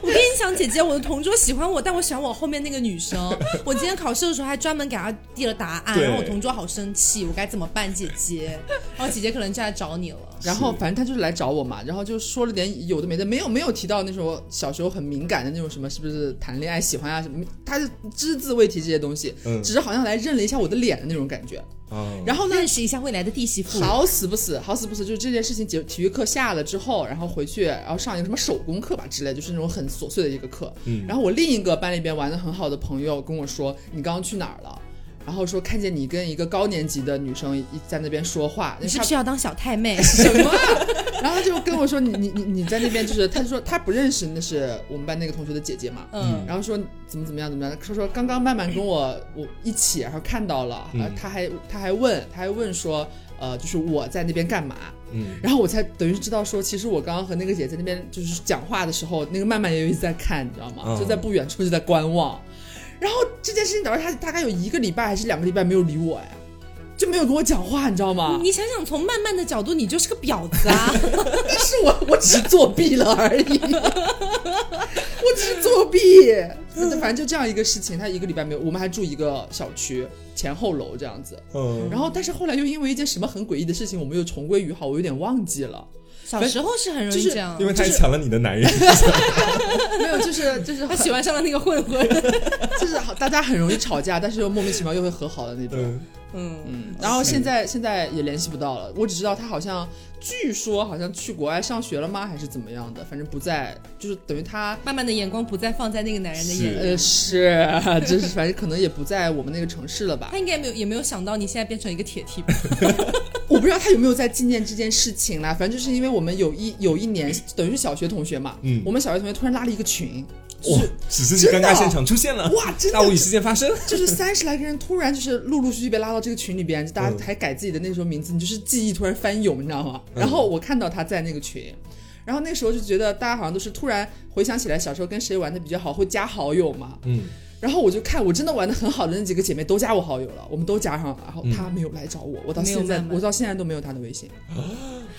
Speaker 1: 我跟你讲，姐姐，我的同桌喜欢我，但我喜欢我后面那个女生。 我今天考试的时候还专门给她递了答案，
Speaker 2: 对
Speaker 1: 然后我同桌好生气，我该怎么办，姐姐？然后姐姐可能就来找你了。
Speaker 3: 然后反正他就是来找我嘛，然后就说了点有的没的，没有没有提到那时候小时候很敏感的那种什么是不是谈恋爱喜欢啊什么，他就只字未提这些东西，
Speaker 2: 嗯
Speaker 3: 只是好像来认了一下我的脸的那种感觉。
Speaker 2: 嗯，
Speaker 3: 然后呢，
Speaker 1: 认识一下未来的弟媳妇，
Speaker 3: 好死不死，好死不死，就是这件事情结体育课下了之后，然后回去，然后上一个什么手工课吧之类，就是那种很琐碎的一个课。
Speaker 2: 嗯
Speaker 3: 然后我另一个班里边玩的很好的朋友跟我说，你刚刚去哪儿了？然后说看见你跟一个高年级的女生一在那边说话，
Speaker 1: 你是
Speaker 3: 差
Speaker 1: 不是要当小太妹？
Speaker 3: 什么啊？然后他就跟我说你你你你在那边就是，他就说他不认识那是我们班那个同学的姐姐嘛，
Speaker 1: 嗯，
Speaker 3: 然后说怎么怎么样怎么样，他说刚刚曼曼跟我我一起，然后看到了，
Speaker 2: 嗯
Speaker 3: 呃，他还他还问他还问说，呃，就是我在那边干嘛？
Speaker 2: 嗯，
Speaker 3: 然后我才等于是知道说，其实我刚刚和那个姐在那边就是讲话的时候，那个曼曼也有一直在看，你知道吗？
Speaker 2: 嗯
Speaker 3: 就在不远处就在观望。然后这件事情导致他大概有一个礼拜还是两个礼拜没有理我哎，就没有跟我讲话，你知道吗？
Speaker 1: 你想想，从慢慢的角度，你就是个婊子 啊！
Speaker 3: 但是我我只是作弊了而已， 我只是作弊。反正就这样一个事情，他一个礼拜没有，我们还住一个小区前后楼这样子。
Speaker 2: 嗯，
Speaker 3: 然后，但是后来又因为一件什么很诡异的事情，我们又重归于好，我有点忘记了。
Speaker 1: 小时候是很容易这样
Speaker 2: 因，为她也抢了你的男人，
Speaker 3: 没有，就是就是
Speaker 1: 她
Speaker 3: 很
Speaker 1: 喜欢上了那个混混。
Speaker 3: 就是好，大家很容易吵架，但是又莫名其妙又会和好的那种。
Speaker 2: 嗯，
Speaker 1: 嗯，
Speaker 3: 嗯，然后现在现在也联系不到了，我只知道他好像据说好像去国外上学了吗，还是怎么样的，反正不在，就是等于他
Speaker 1: 慢慢的眼光不再放在那个男人的眼里，
Speaker 3: 呃，是，啊就是反正可能也不在我们那个城市了吧
Speaker 1: 他。应该没有也没有想到你现在变成一个铁 梯吧？
Speaker 3: 我不知道他有没有在纪念这件事情啦，反正就是因为我们有一有一年，等于是小学同学嘛，
Speaker 2: 嗯
Speaker 3: 我们小学同学突然拉了一个群，就
Speaker 2: 哇
Speaker 3: 是，
Speaker 2: 只是尴尬
Speaker 3: 真的啊
Speaker 2: 现场出现了，
Speaker 3: 哇，真
Speaker 2: 大无语
Speaker 3: 的。
Speaker 2: 事件发生，
Speaker 3: 就是三十来个人突然就是陆陆续续被拉到这个群里边，就大
Speaker 2: 嗯
Speaker 3: 家还改自己的那时候名字，你就是记忆突然翻涌，你知道吗？
Speaker 2: 嗯
Speaker 3: 然后我看到他在那个群，然后那时候就觉得大家好像都是突然回想起来小时候跟谁玩的比较好，会加好友嘛。
Speaker 2: 嗯，
Speaker 3: 然后我就看我真的玩的很好的那几个姐妹都加我好友了，我们都加上了，然后
Speaker 2: 嗯
Speaker 3: 她没有来找我，我到
Speaker 1: 没有
Speaker 3: 现在
Speaker 1: 慢慢
Speaker 3: 我到现在都没有她的微信。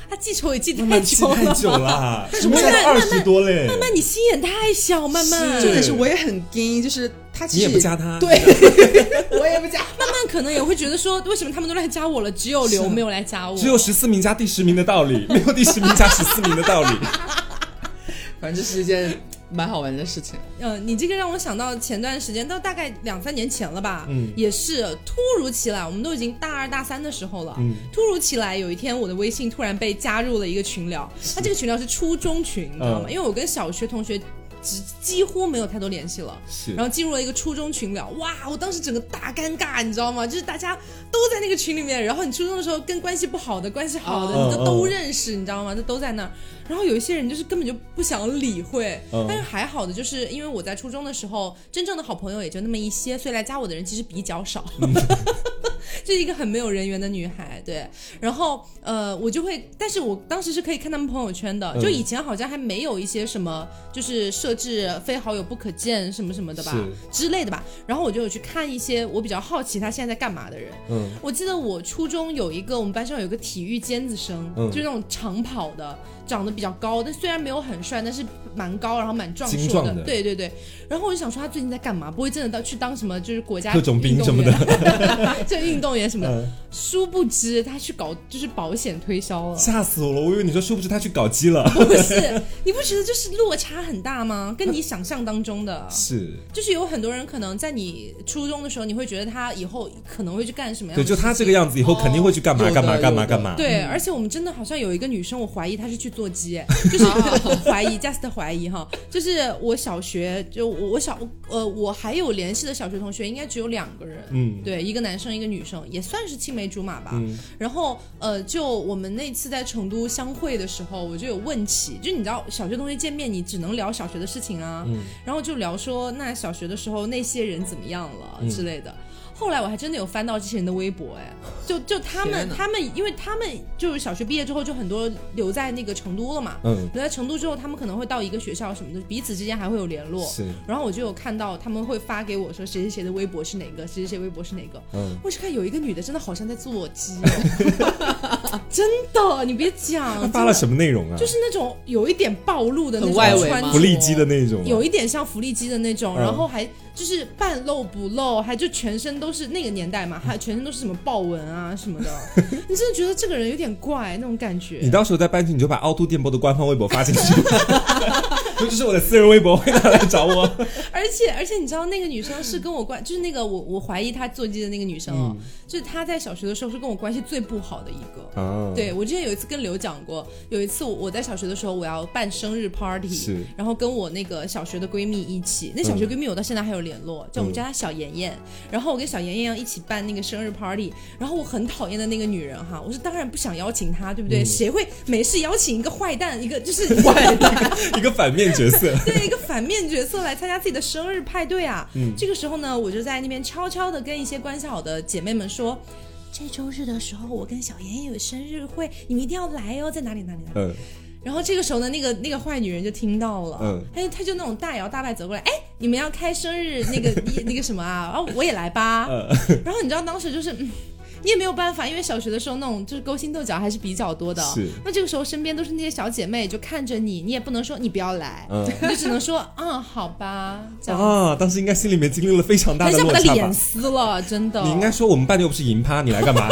Speaker 1: 他记仇也记
Speaker 2: 慢
Speaker 1: 太
Speaker 2: 慢记
Speaker 1: 久
Speaker 2: 太
Speaker 1: 了。
Speaker 2: 久 啦，
Speaker 3: 但是
Speaker 2: 什么
Speaker 3: 慢慢
Speaker 2: 才二十多嘞，
Speaker 1: 慢慢，你心眼太小，慢慢
Speaker 2: 是
Speaker 3: 重点是我也很跟，就是她其
Speaker 2: 你
Speaker 3: 实
Speaker 2: 也不加她，
Speaker 3: 对， 我也不加。
Speaker 1: 慢慢可能也会觉得说，为什么他们都来加我
Speaker 2: 啊
Speaker 1: 了，只有刘
Speaker 3: 是
Speaker 1: 没有来加我？
Speaker 2: 只有十四名加第十名的道理，没有第十名加十四名的道理。
Speaker 3: 正这是一件蛮好玩的事情。
Speaker 1: 呃，你这个让我想到前段时间，到大概两三年前了吧，
Speaker 2: 嗯
Speaker 1: 也是突如其来，我们都已经大二大三的时候了，
Speaker 2: 嗯
Speaker 1: 突如其来有一天我的微信突然被加入了一个群聊，那这个群聊是初中群，你知道吗？
Speaker 2: 嗯
Speaker 1: 因为我跟小学同学只几乎没有太多联系了。
Speaker 2: 是
Speaker 1: 然后进入了一个初中群聊，哇！我当时整个大尴尬，你知道吗？就是大家都在那个群里面，然后你初中的时候跟关系不好的、关系好的，
Speaker 2: 嗯
Speaker 3: 哦
Speaker 1: 你都都认识，你知道吗？就都在那儿。然后有一些人就是根本就不想理会，
Speaker 2: 嗯
Speaker 1: 但是还好的，就是因为我在初中的时候，真正的好朋友也就那么一些，所以来加我的人其实比较少。
Speaker 2: 嗯
Speaker 1: 这是一个很没有人缘的女孩，对。然后呃，我就会，但是我当时是可以看他们朋友圈的，
Speaker 2: 嗯
Speaker 1: 就以前好像还没有一些什么，就是设置非好友不可见什么什么的吧
Speaker 2: 是
Speaker 1: 之类的吧。然后我就有去看一些我比较好奇他现在在干嘛的人。
Speaker 2: 嗯
Speaker 1: 我记得我初中有一个，我们班上有一个体育尖子生，
Speaker 2: 嗯
Speaker 1: 就是那种长跑的，长得比较高，但虽然没有很帅，但是蛮高，然后蛮壮
Speaker 2: 精
Speaker 1: 硕
Speaker 2: 壮的
Speaker 1: 对对对。然后我就想说，他最近在干嘛？不会真的到去当什么就是国家
Speaker 2: 特种兵
Speaker 1: 运动
Speaker 2: 什么
Speaker 1: 员， 就运动员什么的。
Speaker 2: 嗯，
Speaker 1: 殊不知他去搞就是保险推销了。
Speaker 2: 吓死我了！我以为你说殊不知他去搞基了，
Speaker 1: 不是，你不觉得就是落差很大吗？跟你想象当中的，
Speaker 2: 是
Speaker 1: 就是有很多人可能在你初中的时候，你会觉得他以后可能会去干什么样的
Speaker 2: 对，
Speaker 1: 事
Speaker 2: 就
Speaker 1: 情？
Speaker 2: 他这个样子，以后肯定会去干嘛
Speaker 3: 有的
Speaker 2: 干嘛
Speaker 3: 有的
Speaker 2: 干嘛干嘛。
Speaker 1: 对，而且我们真的好像有一个女生，我怀疑她是去做鸡，哎 就是
Speaker 2: 嗯
Speaker 1: 怀疑，just 怀疑哈。就是我小学就我我小呃我还有联系的小学同学，应该只有两个人，
Speaker 2: 嗯
Speaker 1: 对，一个男生一个女生，也算是青梅竹马吧。
Speaker 2: 嗯
Speaker 1: 然后呃，就我们那次在成都相会的时候，我就有问起，就你知道小学同学见面，你只能聊小学的事情啊，
Speaker 2: 嗯
Speaker 1: 然后就聊说那小学的时候那些人怎么样了、
Speaker 2: 嗯
Speaker 1: 之类的。后来我还真的有翻到这些人的微博，哎，就就他
Speaker 3: 天
Speaker 1: 们
Speaker 3: 哪
Speaker 1: 他们，因为他们就是小学毕业之后就很多留在那个成都了嘛，
Speaker 2: 嗯，
Speaker 1: 留在成都之后，他们可能会到一个学校什么的，彼此之间还会有联络。
Speaker 2: 是
Speaker 1: 然后我就有看到他们会发给我说谁谁谁的微博是哪个，谁谁谁微博是哪个。
Speaker 2: 嗯，
Speaker 1: 我只看有一个女的真的好像在做鸡、哦， 真的，你别
Speaker 2: 他
Speaker 1: 讲，
Speaker 2: 发了
Speaker 1: 真
Speaker 2: 什么内容啊？
Speaker 1: 的就是那种有一点暴露的那种
Speaker 3: 很外围
Speaker 1: 穿
Speaker 3: 吗
Speaker 1: 着
Speaker 2: 不利基的那种啊，
Speaker 1: 有一点像福利机的那种，
Speaker 2: 嗯
Speaker 1: 然后还就是半露不露，还就全身都是那个年代嘛，还全身都是什么豹纹啊什么的， 你真的觉得这个人有点怪那种感
Speaker 2: 你
Speaker 1: 觉。
Speaker 2: 到时候在班级，你就把凹凸电波的官方微博发进去， 就这是我的私人微博，会拿来找我。
Speaker 1: 而且而且你知道那个女生是跟我关， 就是那个我我怀疑她坐机的那个女生哦，就是她在小学的时候是跟我关系最不好的一个。
Speaker 2: 啊，
Speaker 1: 对，我之前有一次跟刘讲过，有一次我我在小学的时候，我要办生日 party，
Speaker 2: 是
Speaker 1: 然后跟我那个小学的闺蜜一起，那小学闺蜜我到现在还有联络，叫我们叫她小妍妍。然后我跟小妍妍要一起办那个生日 party，然后我很讨厌的那个女人哈，我是当然不想邀请她，对不对？谁会没事邀请一个坏蛋，一个就是坏蛋，
Speaker 2: 一个反面角色，
Speaker 1: 对一个反面角色来参加自己的生日派对啊？这个时候呢，我就在那边悄悄的跟一些关系好的姐妹们说。这周日的时候，我跟小妍妍有生日会，你们一定要来哦，在哪里哪里哪里。
Speaker 2: 嗯，
Speaker 1: 然后这个时候呢，那个那个坏女人就听到了，
Speaker 2: 嗯
Speaker 1: 哎，她就那种大摇大摆走过来，哎，你们要开生日那个 一那个什么啊，啊，我也来吧。
Speaker 2: 嗯
Speaker 1: 然后你知道当时就是，嗯，你也没有办法，因为小学的时候那种就是勾心斗角还是比较多的。
Speaker 2: 是
Speaker 1: 那这个时候身边都是那些小姐妹，就看着你，你也不能说你不要来，
Speaker 2: 嗯
Speaker 1: 你就只能说嗯好吧，这样。
Speaker 2: 啊，当时应该心里面经历了非常大
Speaker 1: 很
Speaker 2: 的
Speaker 1: 想
Speaker 2: 落
Speaker 1: 把她
Speaker 2: 差吧
Speaker 1: 脸？撕了，真的。
Speaker 2: 你应该说我们班的又不是银趴，你来 干嘛？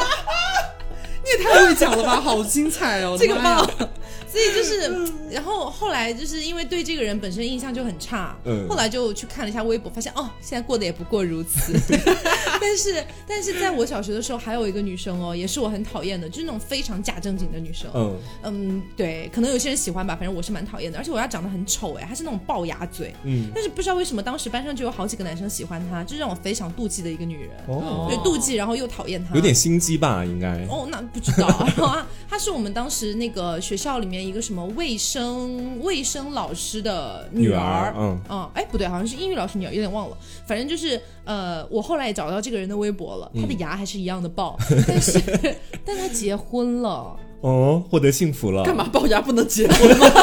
Speaker 3: 你也太会讲了吧，好精彩 哦！
Speaker 1: 这个
Speaker 3: 我的妈呀
Speaker 1: 棒，所以就是，然后后来就是因为对这个人本身印象就很差，
Speaker 2: 嗯
Speaker 1: 后来就去看了一下微博，发现哦，现在过得也不过如此。 但是，但是在我小学的时候，还有一个女生哦，也是我很讨厌的，就是那种非常假正经的女生。
Speaker 2: 嗯，
Speaker 1: 嗯，对，可能有些人喜欢吧，反正我是蛮讨厌的。而且我要长得很丑哎，她是那种龅牙嘴，
Speaker 2: 嗯，
Speaker 1: 但是不知道为什么当时班上就有好几个男生喜欢她，就让我非常妒忌的一个女人，
Speaker 2: 哦，
Speaker 1: 对，妒忌，然后又讨厌她，
Speaker 2: 有点心机吧，应该。
Speaker 1: 哦，那不知道。 然后啊，她是我们当时那个学校里面一个什么卫生卫生老师的女
Speaker 2: 女
Speaker 1: 儿
Speaker 2: 儿，。嗯，
Speaker 1: 嗯，哎，不对，好像是英语老师女儿，有点忘了。反正就是，呃，我后来也找到这个人的微博
Speaker 2: 嗯
Speaker 1: 了，她的牙还是一样的龅，但是， 但她结婚 了，
Speaker 2: 哦，获得幸福了。
Speaker 3: 干？嘛龅牙不能结婚吗？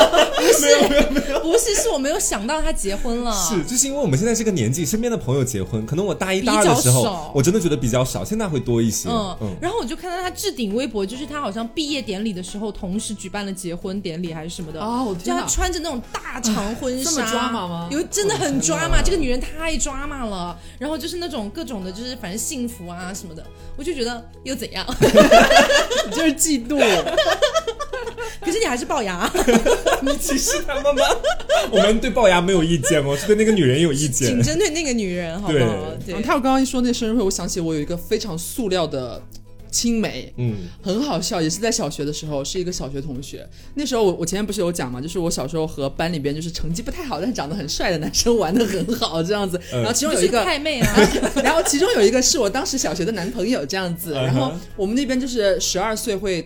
Speaker 2: 没有没有没有。
Speaker 1: 不是，是啊我没有想到她结婚了，
Speaker 2: 是，就是因为我们现在这个年纪，身边的朋友结婚，可能我大一、大二的时
Speaker 1: 比较少
Speaker 2: 候，我真的觉得比较少，现在会多一些。
Speaker 1: 嗯，
Speaker 2: 嗯，
Speaker 1: 然后我就看到她置顶微博，就是她好像毕业典礼的时候，同时举办了结婚典礼还是什么的。
Speaker 3: 哦我
Speaker 1: 就
Speaker 3: 天哪
Speaker 1: 她穿着那种大长婚纱，
Speaker 3: 这么 drama 吗
Speaker 1: 有真的很 drama，这个女人太 drama 了。然后就是那种各种的，就是反正幸福啊什么 的，我就觉得又怎样？
Speaker 3: 你这是嫉妒。
Speaker 1: 可是是你还是龅牙，
Speaker 2: 你歧视他们吗？我们对龅牙没有意见哦，是对那个女人有意 见
Speaker 1: 仅。针对那个女人，好不好？
Speaker 3: 然后
Speaker 1: 对，
Speaker 3: 他我刚刚一说那生日会，我想起我有一个非常塑料的青梅，
Speaker 2: 嗯
Speaker 3: 很好笑，也是在小学的时候，是一个小学同学。那时候我我前面不是有讲嘛，就是我小时候和班里边就是成绩不太好，但是长得很帅的男生玩的很好这样子。
Speaker 2: 嗯
Speaker 3: 然后其中
Speaker 1: 就
Speaker 3: 有
Speaker 1: 是
Speaker 3: 一个，
Speaker 1: 太妹啊，
Speaker 3: 然后其中有一个是我当时小学的男朋友这样子。
Speaker 2: 嗯哼
Speaker 3: 然后我们那边就是十二岁会。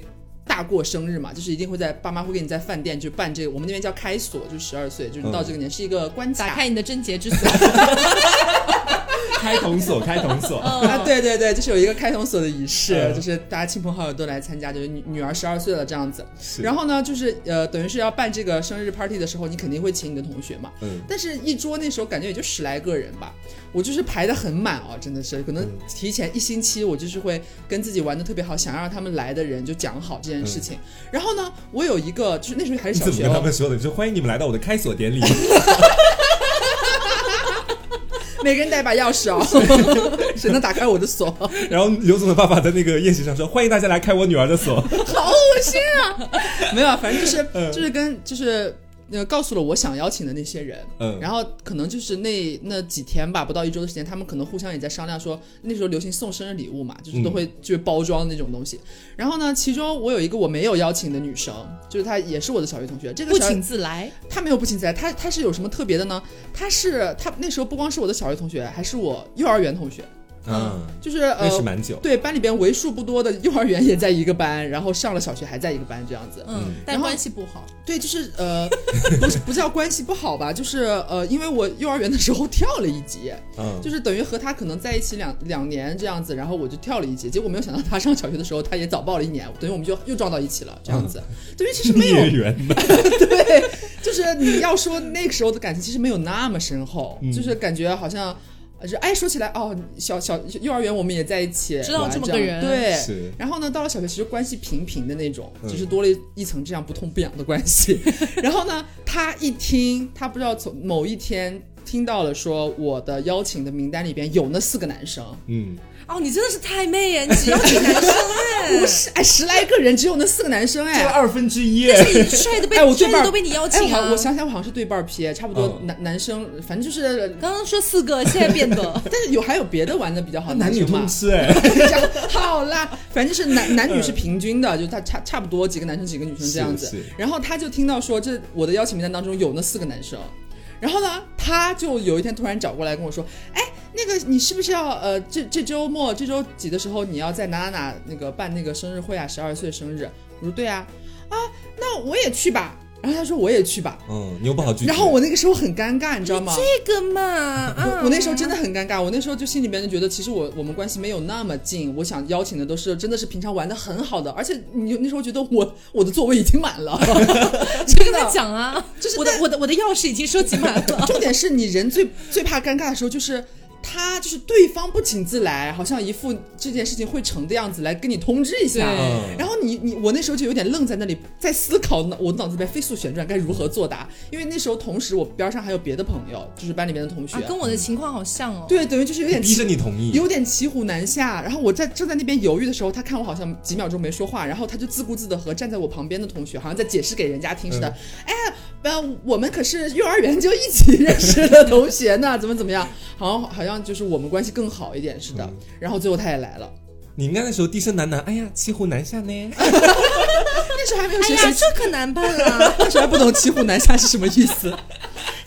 Speaker 3: 大过生日嘛，就是一定会在爸妈会给你在饭店就办这个，我们那边叫开锁，就是十二岁，就是你到
Speaker 2: 嗯
Speaker 3: 这个年是一个关
Speaker 1: 打
Speaker 3: 卡，
Speaker 1: 开你的贞洁之 锁，
Speaker 2: 开童锁，开童锁。
Speaker 1: 嗯哦
Speaker 3: 啊，对对对，就是有一个开童锁的仪式，
Speaker 2: 嗯
Speaker 3: 就是大家亲朋好友都来参加，就是女女儿十二岁了这样子。
Speaker 2: 是
Speaker 3: 然后呢，就是呃，等于是要办这个生日 party 的时候，你肯定会请你的同学嘛。
Speaker 2: 嗯
Speaker 3: 但是，一桌那时候感觉也就十来个人吧，我就是排的很满哦，真的是，可能提前一星期，我就是会跟自己玩的特别好，想让他们来的人就讲好这件事情。然后呢，我有一个就是那时候
Speaker 2: 嗯
Speaker 3: 还
Speaker 2: 你
Speaker 3: 是小
Speaker 2: 怎么
Speaker 3: 学、
Speaker 2: 跟他
Speaker 3: 哦，
Speaker 2: 们说的？你说欢迎你们来到我的开锁典礼。
Speaker 3: 每个人带把钥匙哦， 谁能打开我的锁？
Speaker 2: 然后刘总的爸爸在那个宴席上说：“欢迎大家来开我女儿的锁。
Speaker 3: 好恶心啊！ 没有，反正就是
Speaker 2: 嗯
Speaker 3: 就是跟就是。那个告诉了我想邀请的那些人，
Speaker 2: 嗯
Speaker 3: 然后可能就是那那几天吧，不到一周的时间，他们可能互相也在商量说，那时候流行送生日礼物嘛，就是
Speaker 2: 嗯
Speaker 3: 都会就是包装那种东西。然后呢，其中我有一个我没有邀请的女生，就是她也是我的小学同学，这个
Speaker 1: 不
Speaker 3: 小
Speaker 1: 请自来，
Speaker 3: 她没有不请自来，她她是有什么特别的呢？她是她那时候不光是我的小学同学，还是我幼儿园同学，”
Speaker 2: 嗯，
Speaker 3: 就是
Speaker 2: 认识
Speaker 3: 呃
Speaker 2: 蛮久。
Speaker 3: 对，班里边为数不多的幼儿园也在一个班，然后上了小学还在一个班这样子。
Speaker 1: 嗯，但
Speaker 3: 然后
Speaker 1: 关系不好，
Speaker 3: 对，就是呃，不是不叫关系不好吧，就是呃，因为我幼儿园的时候跳了一级，
Speaker 2: 嗯，
Speaker 3: 就是等于和他可能在一起两两年这样子，然后我就跳了一级，结果没有想到他上小学的时候他也早报了一年，等于我们就又撞到一起了这样子。等于其实 没有
Speaker 2: 孽缘的。
Speaker 3: 对，就是你要说那个时候的感情其实没有那么深厚，
Speaker 2: 嗯
Speaker 3: 就是感觉好像。呃就哎，说起来哦，小小幼儿园我们也在一起玩，
Speaker 1: 知道这么个人
Speaker 3: 样对，
Speaker 2: 是
Speaker 3: 然后呢，到了小学其实关系平平的那种，
Speaker 2: 嗯
Speaker 3: 就是多了一层这样不痛不痒的关 系。然后呢，他一听，他不知道从某一天听到了说我的邀请的名单里边有那四个男生，
Speaker 2: 嗯，
Speaker 1: 哦，你真的是太妹耶，你只邀请男生哎，
Speaker 3: 不是哎十来个人只有那四个男生
Speaker 2: 这
Speaker 3: 哎，
Speaker 2: 二分 之一。
Speaker 1: 但是你帅的被
Speaker 3: 哎我
Speaker 1: 帅
Speaker 3: 对半
Speaker 1: 的
Speaker 3: 儿
Speaker 1: 都被你邀请
Speaker 3: 哎我
Speaker 1: 啊
Speaker 3: 好，我，想想我好像是对半儿 P，差不多
Speaker 2: 嗯
Speaker 3: 男、男生反正就是。
Speaker 1: 刚刚说四个，现在变 个
Speaker 3: 但是有还有别的玩的比较好的
Speaker 2: 男女
Speaker 3: 生嘛
Speaker 2: 通？吃哎，
Speaker 3: 好啦，反正就是男男女是平均的，就他差差不多几个男生几个女生这样
Speaker 2: 是
Speaker 3: 子
Speaker 2: 是。
Speaker 3: 然后他就听到说，这我的邀请名单当中有那四个男生。然后呢，他就有一天突然找过来跟我说，哎，那个你是不是要呃这这周末这周几的时候你要在哪哪哪那个办那个生日会啊，十二岁生日？我说对啊，啊，那我也去吧。然后他说我也去吧。
Speaker 2: 嗯，你又不好拒绝。
Speaker 3: 然后我那个时候很尴尬，你知道吗？
Speaker 1: 这个嘛啊，
Speaker 3: 我我那时候真的很尴尬，我那时候就心里边就觉得，其实我我们关系没有那么近，我想邀请的都是真的是平常玩的很好的，而且你那时候觉得我我的座位已经满了，
Speaker 1: 就
Speaker 3: 真
Speaker 1: 跟他
Speaker 3: 的。
Speaker 1: 讲啊，
Speaker 3: 就是
Speaker 1: 我的
Speaker 3: 但
Speaker 1: 我的我的钥匙已经收集满 了。
Speaker 3: 重点是你人最最怕尴尬的时候就是。他就是对方不请自来，好像一副这件事情会成的样子来跟你通知一下。
Speaker 1: 对
Speaker 2: 嗯，
Speaker 3: 然后你你我那时候就有点愣在那里，在思考脑我脑子里边飞速旋转该如何作答，因为那时候同时我边上还有别的朋友，就是班里面的同学，
Speaker 1: 啊，跟我的情况好像哦。
Speaker 3: 对，等于就是有点
Speaker 2: 逼
Speaker 3: 奇
Speaker 2: 着你同意。
Speaker 3: 有点骑虎难下。然后我在正在那边犹豫的时候，他看我好像几秒钟没说话，然后他就自顾自的和站在我旁边的同学，好像在解释给人家听似的。哎，呃，我们可是幼儿园就一起认识的同学呢，怎么怎么样？好像好像就是我们关系更好一点似的。然后最后他 也来了，
Speaker 2: 你应该那时候低声喃喃，哎呀，骑虎难下呢。
Speaker 3: 那时候还没有
Speaker 1: 哎
Speaker 3: 学
Speaker 1: 呀，
Speaker 3: 习，
Speaker 1: 这可难办啊 了，
Speaker 3: 那时候还不懂骑虎难下是什么意思。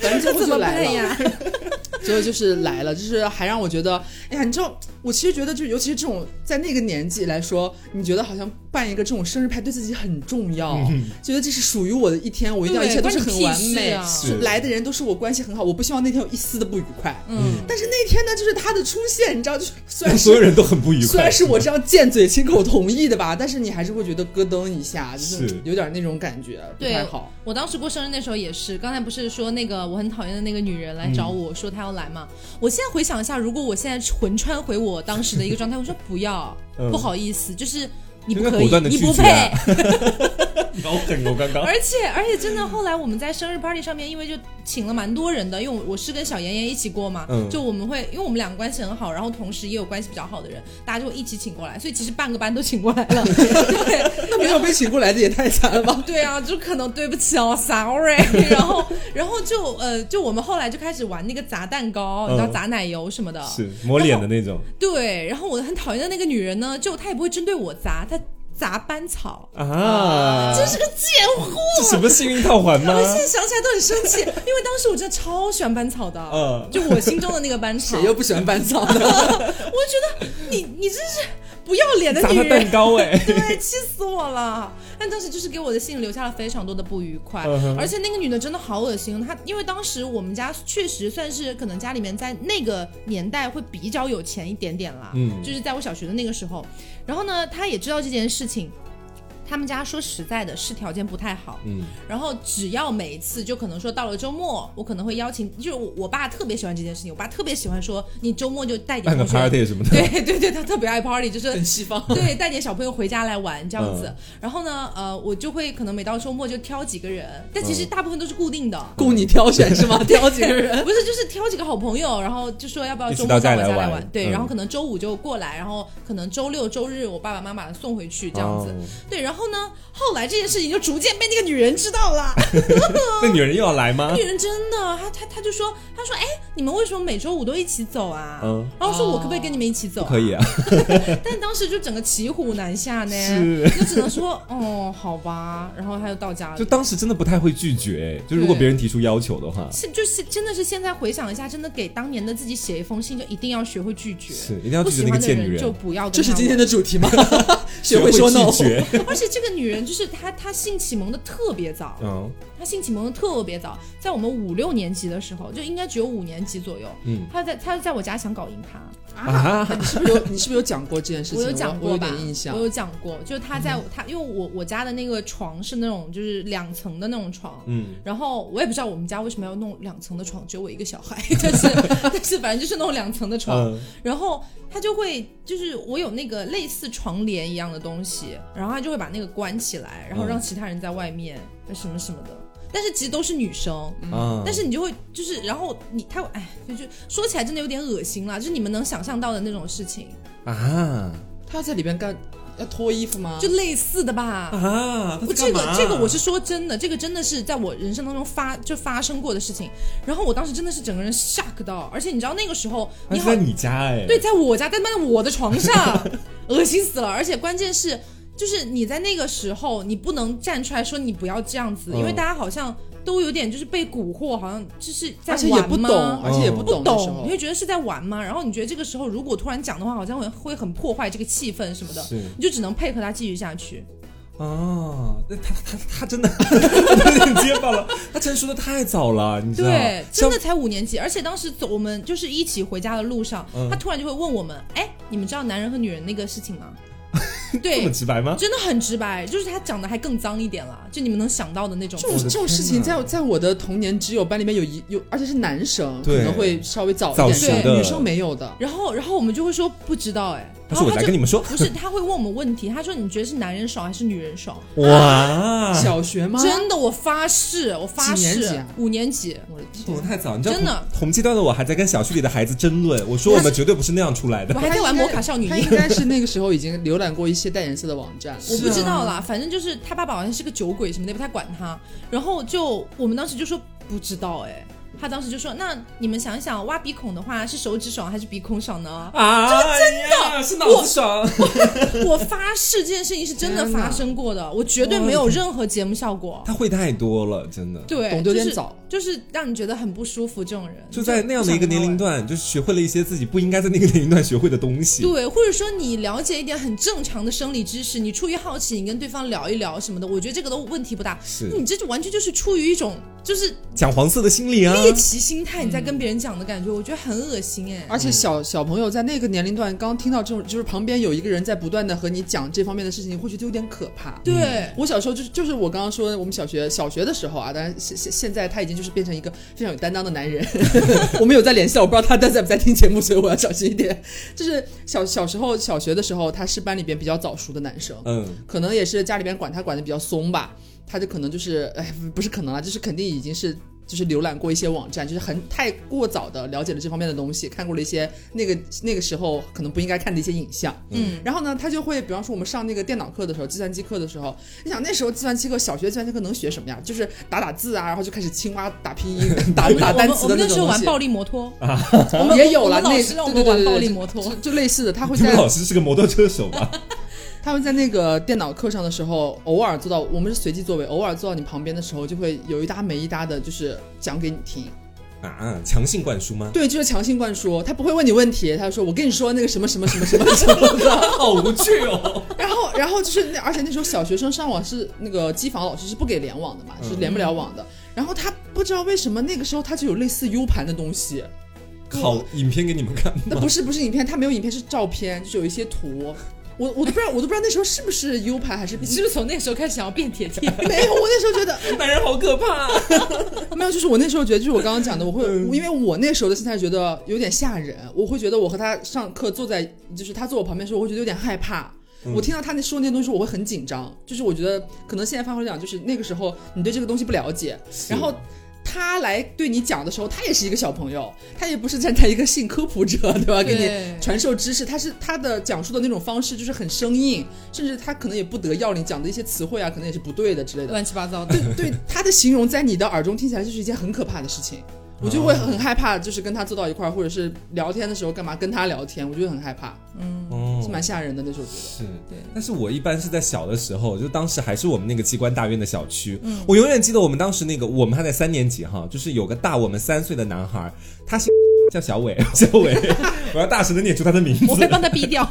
Speaker 3: 反正最
Speaker 1: 这
Speaker 3: 后
Speaker 1: 怎
Speaker 3: 就
Speaker 1: 么办
Speaker 3: 来了。
Speaker 1: 呀？
Speaker 3: 结果就是来了，就是还让我觉得，哎呀，你知道，我其实觉得，就是尤其是这种在那个年纪来说，你觉得好像办一个这种生日派对自己很重要，
Speaker 2: 嗯
Speaker 3: 觉得这是属于我的一天，我一定要
Speaker 1: 对
Speaker 3: 一切都是
Speaker 1: 关
Speaker 3: 很
Speaker 1: 你屁
Speaker 3: 完美，
Speaker 1: 事啊
Speaker 2: 是
Speaker 3: 来的人都是我关系很好，我不希望那天有一丝的不愉快。
Speaker 1: 嗯，
Speaker 3: 但是那天呢，就是他的出现，你知道，就是虽
Speaker 2: 让
Speaker 3: 然
Speaker 2: 所有
Speaker 3: 是。
Speaker 2: 人都很不愉快。
Speaker 3: 虽然是我这样贱嘴亲口同意的吧，但是你还是会觉得咯噔一下，就是
Speaker 2: 是
Speaker 3: 有点那种感觉，不
Speaker 1: 对
Speaker 3: 太好。
Speaker 1: 我当时过生日那时候也是，刚才不是说那个我很讨厌的那个女人来找我、说她要来
Speaker 3: 嗯
Speaker 1: 嘛？我现在回想一下，如果我现在魂穿回我当时的一个状态，我说不要
Speaker 2: 嗯，
Speaker 1: 不好意思，就是你
Speaker 2: 应
Speaker 1: 不
Speaker 2: 该
Speaker 1: 可
Speaker 2: 果
Speaker 1: 以
Speaker 2: 断地，
Speaker 1: 你
Speaker 2: 拒
Speaker 1: 不
Speaker 2: 绝
Speaker 1: 配。
Speaker 2: 啊 好狠哦，刚刚。
Speaker 1: 而且而且真的，后来我们在生日 party 上面，因为就请了蛮多人的，因为我我是跟小妍妍一起过嘛，
Speaker 2: 嗯
Speaker 1: 就我们会，因为我们两个关系很好，然后同时也有关系比较好的人，大家就会一起请过来，所以其实半个班都请过来 了。对
Speaker 3: 那没有被请过来的也太惨了吧？
Speaker 1: 对啊，就可能对不起哦，sorry。然后然后就呃，就我们后来就开始玩那个砸蛋糕，你知道
Speaker 2: 嗯
Speaker 1: 砸奶油什么的，
Speaker 2: 是抹脸的那种
Speaker 1: 对。然后我很讨厌的那个女人呢，就她也不会针对我砸，她砸班草。
Speaker 2: 啊，
Speaker 1: 真是个贱货！
Speaker 2: 这什么幸运套环 吗
Speaker 1: 我？现在想起来都很生气，因 为当时我真的超喜欢班草的，
Speaker 2: 嗯
Speaker 1: 就我心中的那个班草，
Speaker 3: 谁又
Speaker 1: 我
Speaker 3: 不喜欢班草呢？
Speaker 1: 觉得你你真是不要脸的
Speaker 2: 砸
Speaker 1: 女
Speaker 2: 他蛋
Speaker 1: 人，
Speaker 2: 糕哎、
Speaker 1: 对，气死我了。但当时就是给我的心里留下了非常多的不愉快，
Speaker 2: 嗯哼
Speaker 1: 而且那个女的真的好恶心，她因为当时我们家确实算是可能家里面在那个年代会比较有钱一点点啦，
Speaker 2: 嗯
Speaker 1: 就是在我小学的那个时候，然后呢，她也知道这件事情。他们家说实在的，是条件不太好，
Speaker 2: 嗯，
Speaker 1: 然后只要每一次，就可能说到了周末，我可能会邀请，就是我我爸特别喜欢这件事情，我爸特别喜欢说你周末就带点
Speaker 2: 办个
Speaker 1: 同学，
Speaker 2: party 什么的，
Speaker 1: 对 对对，他特别爱 party，就是
Speaker 3: 很西方。
Speaker 1: 对，带点小朋友回家来玩这样子。
Speaker 2: 嗯
Speaker 1: 然后呢，呃，我就会可能每到周末就挑几个人，但
Speaker 2: 嗯
Speaker 1: 其实大部分都是固定的。
Speaker 3: 供你挑选 是吗？挑几个人？
Speaker 1: 不是，就是挑几个好朋友，然后就说要不要
Speaker 2: 一起
Speaker 1: 周
Speaker 2: 到
Speaker 1: 末
Speaker 2: 家
Speaker 1: 到我
Speaker 2: 里来
Speaker 1: 来
Speaker 2: 玩
Speaker 1: 玩，对，
Speaker 2: 嗯
Speaker 1: 然后可能周五就过来，然后可能周六周日我爸爸妈妈送回去这样子，
Speaker 2: 哦
Speaker 1: 对，然后呢，后来这件事情就逐渐被那个女人知道了，
Speaker 2: 那女人又要来吗
Speaker 1: 那？女人真的，她她她就说，她说，哎，你们为什么每周五都一起走啊？
Speaker 2: 嗯
Speaker 1: 然后说我可不可以跟你们一起走、
Speaker 2: 可 以。啊，
Speaker 1: 但当时就整个骑虎难下呢
Speaker 2: 是，
Speaker 1: 就只能说，哦，好吧。然后她就到家
Speaker 2: 就
Speaker 1: 了。
Speaker 2: 当时真的不太会拒绝，就如果别人提出要求 的话，
Speaker 1: 现就是真的是现在回想一下，真的给当年的自己写一封信，就一定要学会拒绝，
Speaker 2: 是一定要
Speaker 1: 不
Speaker 2: 拒绝
Speaker 1: 喜
Speaker 2: 那个
Speaker 1: 欢的
Speaker 2: 贱女
Speaker 1: 人就
Speaker 2: 人，
Speaker 1: 不要跟
Speaker 3: 这是
Speaker 1: 她
Speaker 3: 今天
Speaker 1: 玩。
Speaker 3: 的主 题吗？学
Speaker 2: 学
Speaker 3: 会说 no
Speaker 2: 拒。绝，
Speaker 1: 而且这个女人就是她，她性启蒙的特别早，
Speaker 2: 嗯
Speaker 1: 她性启蒙的特别早，在我们五六年级的时候，就应该只有五年级左右，
Speaker 2: 嗯
Speaker 1: 她在她在我家想搞赢她。
Speaker 2: 啊，
Speaker 3: 你是不是有你是不是有讲过这件事情？
Speaker 1: 我有讲
Speaker 3: 我
Speaker 1: 过
Speaker 3: 有
Speaker 1: 吧？
Speaker 3: 点印象嗯
Speaker 1: 我。有讲过，就是他在、他，因为我我家的那个床是那种就是两层的那种床。
Speaker 2: 嗯，
Speaker 1: 然后我也不知道我们家为什么要弄两层的床，只有我一个小孩， 但是但是反正就是弄两层的床。
Speaker 2: 嗯
Speaker 1: 然后他就会就是我有那个类似床帘一样的东西，然后他就会把那个关起来，
Speaker 3: 嗯
Speaker 1: 然后让其他人在外面什么什么的。但是其实都是女生，
Speaker 3: 嗯
Speaker 2: 啊，
Speaker 1: 但是你就会就是然后你他哎，就就说起来真的有点恶心啦，就是你们能想象到的那种事情。
Speaker 2: 啊
Speaker 3: 他要在里边干要脱衣服吗？
Speaker 1: 就类似的吧。
Speaker 2: 啊，他
Speaker 1: 我
Speaker 2: 在
Speaker 1: 这
Speaker 2: 干
Speaker 1: 个
Speaker 2: 嘛
Speaker 1: 这个我是说真的，这个真的是在我人生当中发就发生过的事情。然后我当时真的是整个人 shock 到，而且你知道那个时候
Speaker 2: 他
Speaker 1: 你
Speaker 2: 是
Speaker 1: 好
Speaker 2: 在你家哎，
Speaker 1: 对，在我家，在在我的床上，恶心死了。而且关键是，就是你在那个时候你不能站出来说你不要这样子，因为
Speaker 2: 嗯
Speaker 1: 大家好像都有点就是被蛊惑，好像就是在
Speaker 3: 而且
Speaker 1: 玩
Speaker 3: 也不
Speaker 1: 吗哦
Speaker 3: 懂，而且也不懂
Speaker 1: 不
Speaker 3: 的时
Speaker 1: 懂，
Speaker 3: 候
Speaker 1: 你会觉得是在玩吗？然后你觉得这个时候如果突然讲的话，好像会会很破坏这个气氛什么的
Speaker 2: 是，
Speaker 1: 你就只能配合他继续下去。
Speaker 2: 啊，那他他他 真的我有点结巴了，他真的说的太早了，你知道吗
Speaker 1: 对，真的
Speaker 2: 像
Speaker 1: 才五年级，而且当时走我们就是一起回家的路上，
Speaker 2: 嗯
Speaker 1: 他突然就会问我们，哎，你们知道男人和女人那个事情吗？
Speaker 2: 这么
Speaker 1: 对，
Speaker 2: 直白吗？
Speaker 1: 真的很直白，就是他讲的还更脏一点了，就你们能想到的那种
Speaker 3: 这。种
Speaker 2: 我的
Speaker 3: 这种事
Speaker 2: 天
Speaker 3: 情
Speaker 2: 哪
Speaker 3: 在在我的童年只有班里面有一有，而且是男生可
Speaker 2: 对
Speaker 3: 能会稍微早一
Speaker 2: 早
Speaker 3: 点，
Speaker 2: 熟
Speaker 3: 对
Speaker 2: 的
Speaker 3: 女生没有的。
Speaker 1: 然后，然后我们就会说不知道，哎，然
Speaker 2: 他说
Speaker 1: 后
Speaker 2: 我
Speaker 1: 他
Speaker 2: 来跟
Speaker 1: 就
Speaker 2: 你们说，
Speaker 1: 不是他会问我们问题，他说你觉得是男人爽还是女人爽？
Speaker 2: 哇，
Speaker 3: 小学吗？
Speaker 1: 啊真的，我发誓，我发
Speaker 3: 几年级
Speaker 1: 誓
Speaker 3: 啊，
Speaker 1: 五年级。
Speaker 3: 我的
Speaker 2: 懂得
Speaker 3: 天，
Speaker 2: 太早，你知道
Speaker 1: 真的
Speaker 2: 同同阶段的我还在跟小区里的孩子争论，我说我们绝对不是那样出来的
Speaker 1: 我。还在玩
Speaker 3: 他应
Speaker 1: 摩
Speaker 3: 该
Speaker 1: 卡少女
Speaker 3: 他
Speaker 1: 樱
Speaker 3: 应，该是那个时候已经浏览过一些带颜色的网 站。
Speaker 1: 我
Speaker 2: 是
Speaker 1: 不知
Speaker 2: 啊？
Speaker 1: 道啦，反正就是他爸爸好像是个酒鬼什么的，也不太管他。然后就我们当时就说不知道哎、他当时就说那你们想一想，挖鼻孔的话是手指爽还是鼻孔爽呢
Speaker 2: 啊，这个真的、是脑子爽，
Speaker 1: 我发誓这件事情是真的
Speaker 3: 天哪
Speaker 1: 发生过的，我绝对没有任何节目效果。
Speaker 2: 他会太多了，真的。
Speaker 1: 对，
Speaker 3: 懂得有点早
Speaker 1: 就是，就是让你觉得很不舒服。这种人
Speaker 2: 就在那样的一个年龄，段，就是学会了一些自己不应该在那个年龄段学会的东西。
Speaker 1: 就不想跟他玩对，或者说你了解一点很正常的生理知识，你出于好奇，你跟对方聊一聊什么的，我觉得这个都问题不大。
Speaker 2: 是
Speaker 1: 你这就完全就是出于一种就是
Speaker 2: 讲黄色的心理啊，
Speaker 1: 猎奇心态，你在跟别人讲的感觉，我觉得很恶心哎。
Speaker 2: 嗯
Speaker 3: 而且小小朋友在那个年龄段刚听到这种，就是旁边有一个人在不断的和你讲这方面的事情，你会觉得有点可怕。
Speaker 1: 对，
Speaker 3: 我小时候就是就是我刚刚说我们小学小学的时候啊，当然现现现在他已经就是变成一个非常有担当的男人。 我们有在联系，我不知道他在在不在听节目，所以我要小心一点。就是小小时候小学的时候，他是班里边比较早熟的男生，
Speaker 2: 嗯，
Speaker 3: 可能也是家里边管他管的比较松吧，他就可能就是哎不是可能啊，就是肯定已经是。就是浏览过一些网站，就是很太过早的了解了这方面的东西，看过了一些那个那个时候可能不应该看的一些影像。
Speaker 1: 嗯，
Speaker 3: 然后呢，他就会，比方说我们上那个电脑课的时候，计算机课的时候，你想那时候计算机课，小学计算机课能学什么呀？就是打打字啊，然后就开始青蛙打拼音、打
Speaker 1: 我们
Speaker 3: 打单词
Speaker 1: 我们我
Speaker 3: 的
Speaker 1: 们那
Speaker 3: 种
Speaker 1: 时候
Speaker 3: 东
Speaker 1: 玩
Speaker 3: 西。
Speaker 1: 暴力摩托，
Speaker 2: 啊
Speaker 3: 我
Speaker 1: 我
Speaker 3: 们
Speaker 1: 们
Speaker 3: 也有了，
Speaker 1: 我们
Speaker 3: 那
Speaker 1: 老师让我
Speaker 3: 对
Speaker 1: 们
Speaker 3: 对对
Speaker 1: 玩暴力
Speaker 3: 对
Speaker 1: 摩托
Speaker 3: 就，就类似的，他会
Speaker 2: 你
Speaker 3: 在
Speaker 2: 们老师是个摩托车手吧？
Speaker 3: 他会在那个电脑课上的时候，偶尔做到，我们是随机座位，偶尔坐到你旁边的时候，就会有一搭没一搭的，就是讲给你听。
Speaker 2: 啊，强行灌输吗？
Speaker 3: 对，就是强行灌输，他不会问你问题，他就说我跟你说那个什么什么什么什么什么 的，
Speaker 2: 好无趣 哦。
Speaker 3: 然后然后就是那，而且那时候小学生上网是那个机房老师是不给联网的嘛，是连不了网的。然后他不知道为什么那个时候他就有类似 U 盘的东西，
Speaker 2: 考影片给你们看
Speaker 3: 那
Speaker 2: 吗？
Speaker 3: 不是不是影片，他没有影片是照片，就是有一些图。我我都不知道，我都不知道那时候是不是 U 盘还是
Speaker 1: 你是不是从那个时候开始想要变铁贴？
Speaker 3: 没有，我那时候觉得
Speaker 2: 男人好可怕、啊
Speaker 3: 没有，就是我那时候觉得，就是我刚刚讲的，我会，因为我那时候的心态觉得有点吓人，我会觉得我和他上课坐在，就是他坐我旁边的时候，我会觉得有点害怕。我听到他那说那些东西，我会很紧张。就是我觉得可能现在发回来讲，就是那个时候你对这个东西不了解，然后他来对你讲的时候，他也是一个小朋友，他也不是站在一个性科普者，对吧？给
Speaker 1: 对
Speaker 3: 你传授知识，他是他的讲述的那种方式就是很生硬，甚至他可能也不得要领，讲的一些词汇啊，可能也是不对的之类的。
Speaker 1: 乱七八糟的，
Speaker 3: 对他的形容在你的耳中听起来就是一件很可怕的事情，我就会很害怕，就是跟他坐到一块儿，或者是聊天的时候干嘛跟他聊天，我就会很害怕，
Speaker 2: 哦
Speaker 3: 是蛮吓人的那时候觉得。
Speaker 2: 是
Speaker 1: 对，
Speaker 2: 但是我一般是在小的时候，就当时还是我们那个机关大院的小区，
Speaker 1: 嗯
Speaker 2: 我永远记得我们当时那个，我们还在三年级哈，就是有个大我们三岁的男孩，他姓 叫小伟，小 伟，我要大声的念出他的名字，
Speaker 1: 我会帮他逼 掉。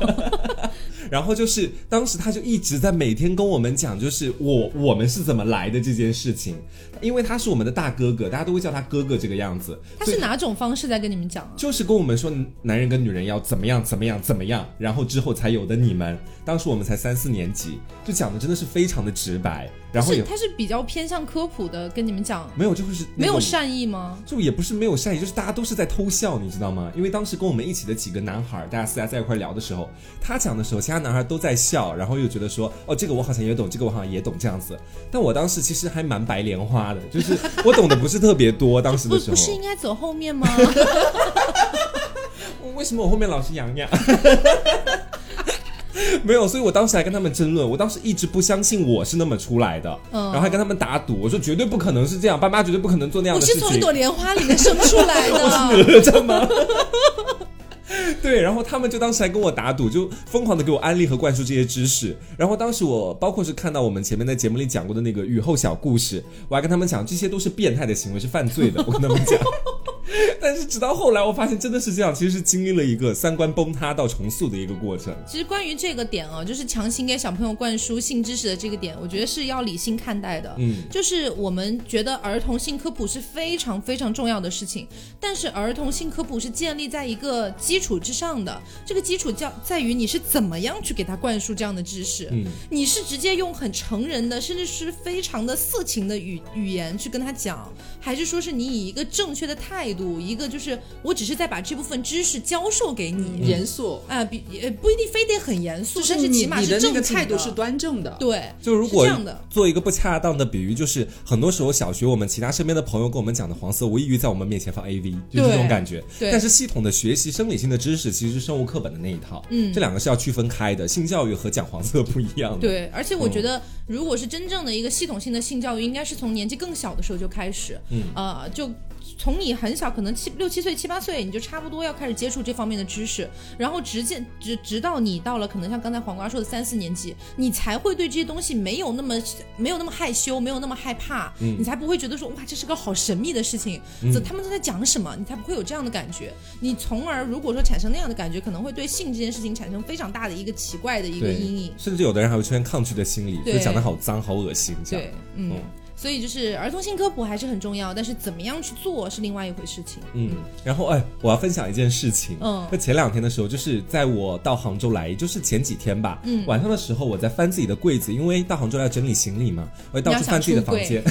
Speaker 2: 然后就是当时他就一直在每天跟我们讲，就是我我们是怎么来的这件事情，因为他是我们的大哥哥，大家都会叫他哥哥这个样子，
Speaker 1: 他
Speaker 2: 所以
Speaker 1: 是哪种方式在跟你们讲啊？
Speaker 2: 就是跟我们说男人跟女人要怎么样怎么样怎么样，然后之后才有的你们。当时我们才三四年级，就讲的真的是非常的直白，然后
Speaker 1: 是
Speaker 2: 也
Speaker 1: 他是比较偏向科普的跟你们讲，
Speaker 2: 没有就是那
Speaker 1: 没有
Speaker 2: 种
Speaker 1: 善意吗？
Speaker 2: 就也不是没有善意，就是大家都是在偷笑，你知道吗？因为当时跟我们一起的几个男孩，大家私下在一块聊的时候，他讲的时候，其他男孩都在笑，然后又觉得说，哦，这个我好像也懂，这个我好像也懂这样子。但我当时其实还蛮白莲花的，就是我懂的不是特别多，当时
Speaker 1: 不
Speaker 2: 的时
Speaker 1: 不是应
Speaker 2: 候。
Speaker 1: 该走后 面吗？
Speaker 2: 为什么我后面老是洋洋？ 没有，所以我当时还跟他们争论，我当时一直不相信我是那么出来的，
Speaker 1: 嗯
Speaker 2: 然后还跟他们打赌，我说绝对不可能是这样，爸妈绝对不可能做那样
Speaker 1: 我
Speaker 2: 的事
Speaker 1: 是
Speaker 2: 情。
Speaker 1: 从一朵莲花里面生出来 的。
Speaker 2: 哪吒吗？ 对，然后他们就当时还跟我打赌，就疯狂的给我安利和灌输这些知识。然后当时我包括是看到我们前面在节目里讲过的那个雨后小故事，我还跟他们讲这些都是变态的行为，是犯罪的。我跟他们讲， 但是直到后来我发现真的是这样，其实是经历了一个三观崩塌到重塑的一个过程。
Speaker 1: 其实关于这个点啊，就是强行给小朋友灌输性知识的这个点，我觉得是要理性看待的。
Speaker 2: 嗯，
Speaker 1: 就是我们觉得儿童性科普是非常非常重要的事情，但是儿童性科普是建立在一个基础之上的，这个基础叫在于你是怎么样去给他灌输这样的知识。
Speaker 2: 嗯
Speaker 1: 你是直接用很成人的，甚至是非常的色情的语语言去跟他讲，还是说是你以一个正确的态度，一个就是我只是在把这部分知识教授给
Speaker 2: 嗯
Speaker 1: 你。
Speaker 3: 严肃，
Speaker 1: 啊，比也不一定非得很严肃，但是
Speaker 3: 你
Speaker 1: 起码
Speaker 3: 你的
Speaker 1: 是正
Speaker 3: 那个
Speaker 1: 经
Speaker 3: 态度
Speaker 1: 的
Speaker 3: 是端正的。
Speaker 1: 对，
Speaker 2: 就如果
Speaker 1: 是这样的，
Speaker 2: 做一个不恰当的比喻，就是很多时候小学我们其他身边的朋友跟我们讲的黄色，无异于在我们面前放 A V，就是这种
Speaker 1: 对
Speaker 2: 感觉。
Speaker 1: 对
Speaker 2: 但是系统的学习生理性的知识其实是生物课本的那一套，
Speaker 1: 嗯
Speaker 2: 这两个是要区分开的。性教育和讲黄色不一样的。，嗯
Speaker 1: 对，而且我觉得，如果是真正的一个系统性的性教育，应该是从年纪更小的时候就开始，
Speaker 2: 嗯
Speaker 1: 呃，就从你很小，可能七六七岁、七八岁，你就差不多要开始接触这方面的知识，然后直接直直到你到了可能像刚才黄瓜说的三四年级，你才会对这些东西没有那么没有那么害羞，没有那么害怕，
Speaker 2: 嗯
Speaker 1: 你才不会觉得说哇，这是个好神秘的事情，这他们都在讲什么，你才不会有这样的感觉。你从而如果说产生那样的感觉，可能会对性这件事情产生非常大的一个奇怪的一个
Speaker 2: 对
Speaker 1: 阴影。
Speaker 2: 甚至有的人还会出现抗拒的心理，
Speaker 1: 对
Speaker 2: 就讲的好脏、好恶心这样
Speaker 1: 对。，嗯
Speaker 2: 嗯。
Speaker 1: 所以就是儿童性科普还是很重要，但是怎么样去做是另外一回事情。
Speaker 2: 嗯，然后哎，我要分享一件事情。
Speaker 1: 嗯
Speaker 2: 那前两天的时候，就是在我到杭州来，也就是前几天吧。嗯，晚上的时候我在翻自己的柜子，因为到杭州来要整理行李嘛，我就到处翻自己的房间。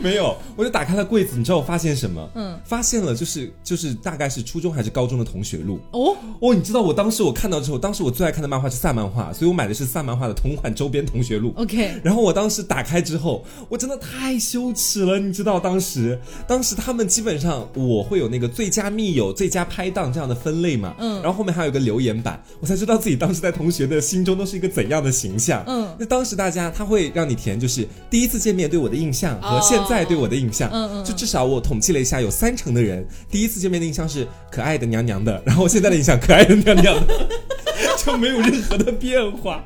Speaker 2: 没有，我就打开了柜子，你知道我发现什么？嗯，发现了就是就是大概是初中还是高中的同学录。
Speaker 1: 哦，
Speaker 2: 哦，你知道我当时我看到之后，当时我最爱看的漫画是萨漫画，所以我买的是萨漫画的同款周边同学录。
Speaker 1: OK
Speaker 2: 然后我当时打开之后，我真的太羞耻了，你知道当时，当时他们基本上我会有那个最佳密友、最佳拍档这样的分类嘛，嗯，然后后面还有一个留言板，我才知道自己当时在同学的心中都是一个怎样的形象，
Speaker 1: 嗯
Speaker 2: 那当时大家他会让你填就是第一次见面对我的印象和
Speaker 3: 哦
Speaker 2: 现在对我的印象，
Speaker 1: 嗯
Speaker 2: 嗯，就至少我统计了一下，有三成的人第一次见面的印象是可爱的娘娘的，然后现在的印象可爱的娘娘的。 就没有任何的变化。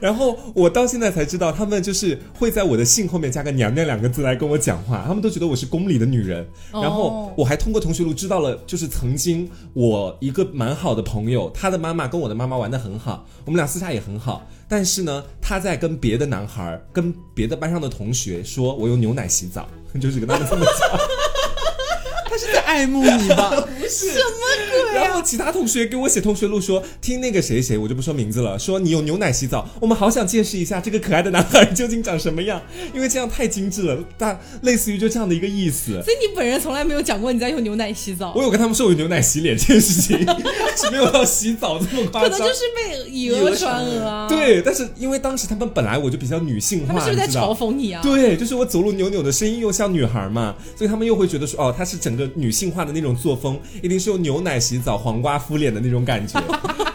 Speaker 2: 然后我到现在才知道，他们就是会在我的姓后面加个“娘娘”两个字来跟我讲话，他们都觉得我是宫里的女人。
Speaker 1: 哦
Speaker 2: 然后我还通过同学录知道了，就是曾经我一个蛮好的朋友，他的妈妈跟我的妈妈玩的很好，我们俩私下也很好。但是呢，他在跟别的男孩儿、跟别的班上的同学说，我用牛奶洗澡， 就是跟他们这么讲。
Speaker 3: 他是在爱慕你吧？
Speaker 1: 啊
Speaker 2: 然后其他同学给我写同学录说，听那个谁谁，我就不说名字了，说你用牛奶洗澡，我们好想见识一下这个可爱的男孩究竟长什么样，因为这样太精致了，大类似于就这样的一个 意思。
Speaker 1: 所以你本人从来没有讲过你在用牛奶洗澡
Speaker 2: 我，有跟他们说我用牛奶洗脸这件事情，是没有到洗澡这么夸
Speaker 1: 可能
Speaker 2: 张。
Speaker 1: 就是被以讹传讹啊。，
Speaker 2: 对，但是因为当时他们本来我就比较女性
Speaker 1: 他
Speaker 2: 化，
Speaker 1: 们是不是在
Speaker 2: 你知道
Speaker 1: 嘲讽你啊？
Speaker 2: 对，就是我走路扭扭的声音又像女孩嘛，所以他们又会觉得说，哦，她是整个女性化的那种作风，一定是用牛奶洗澡、黄瓜敷脸的那种感 觉，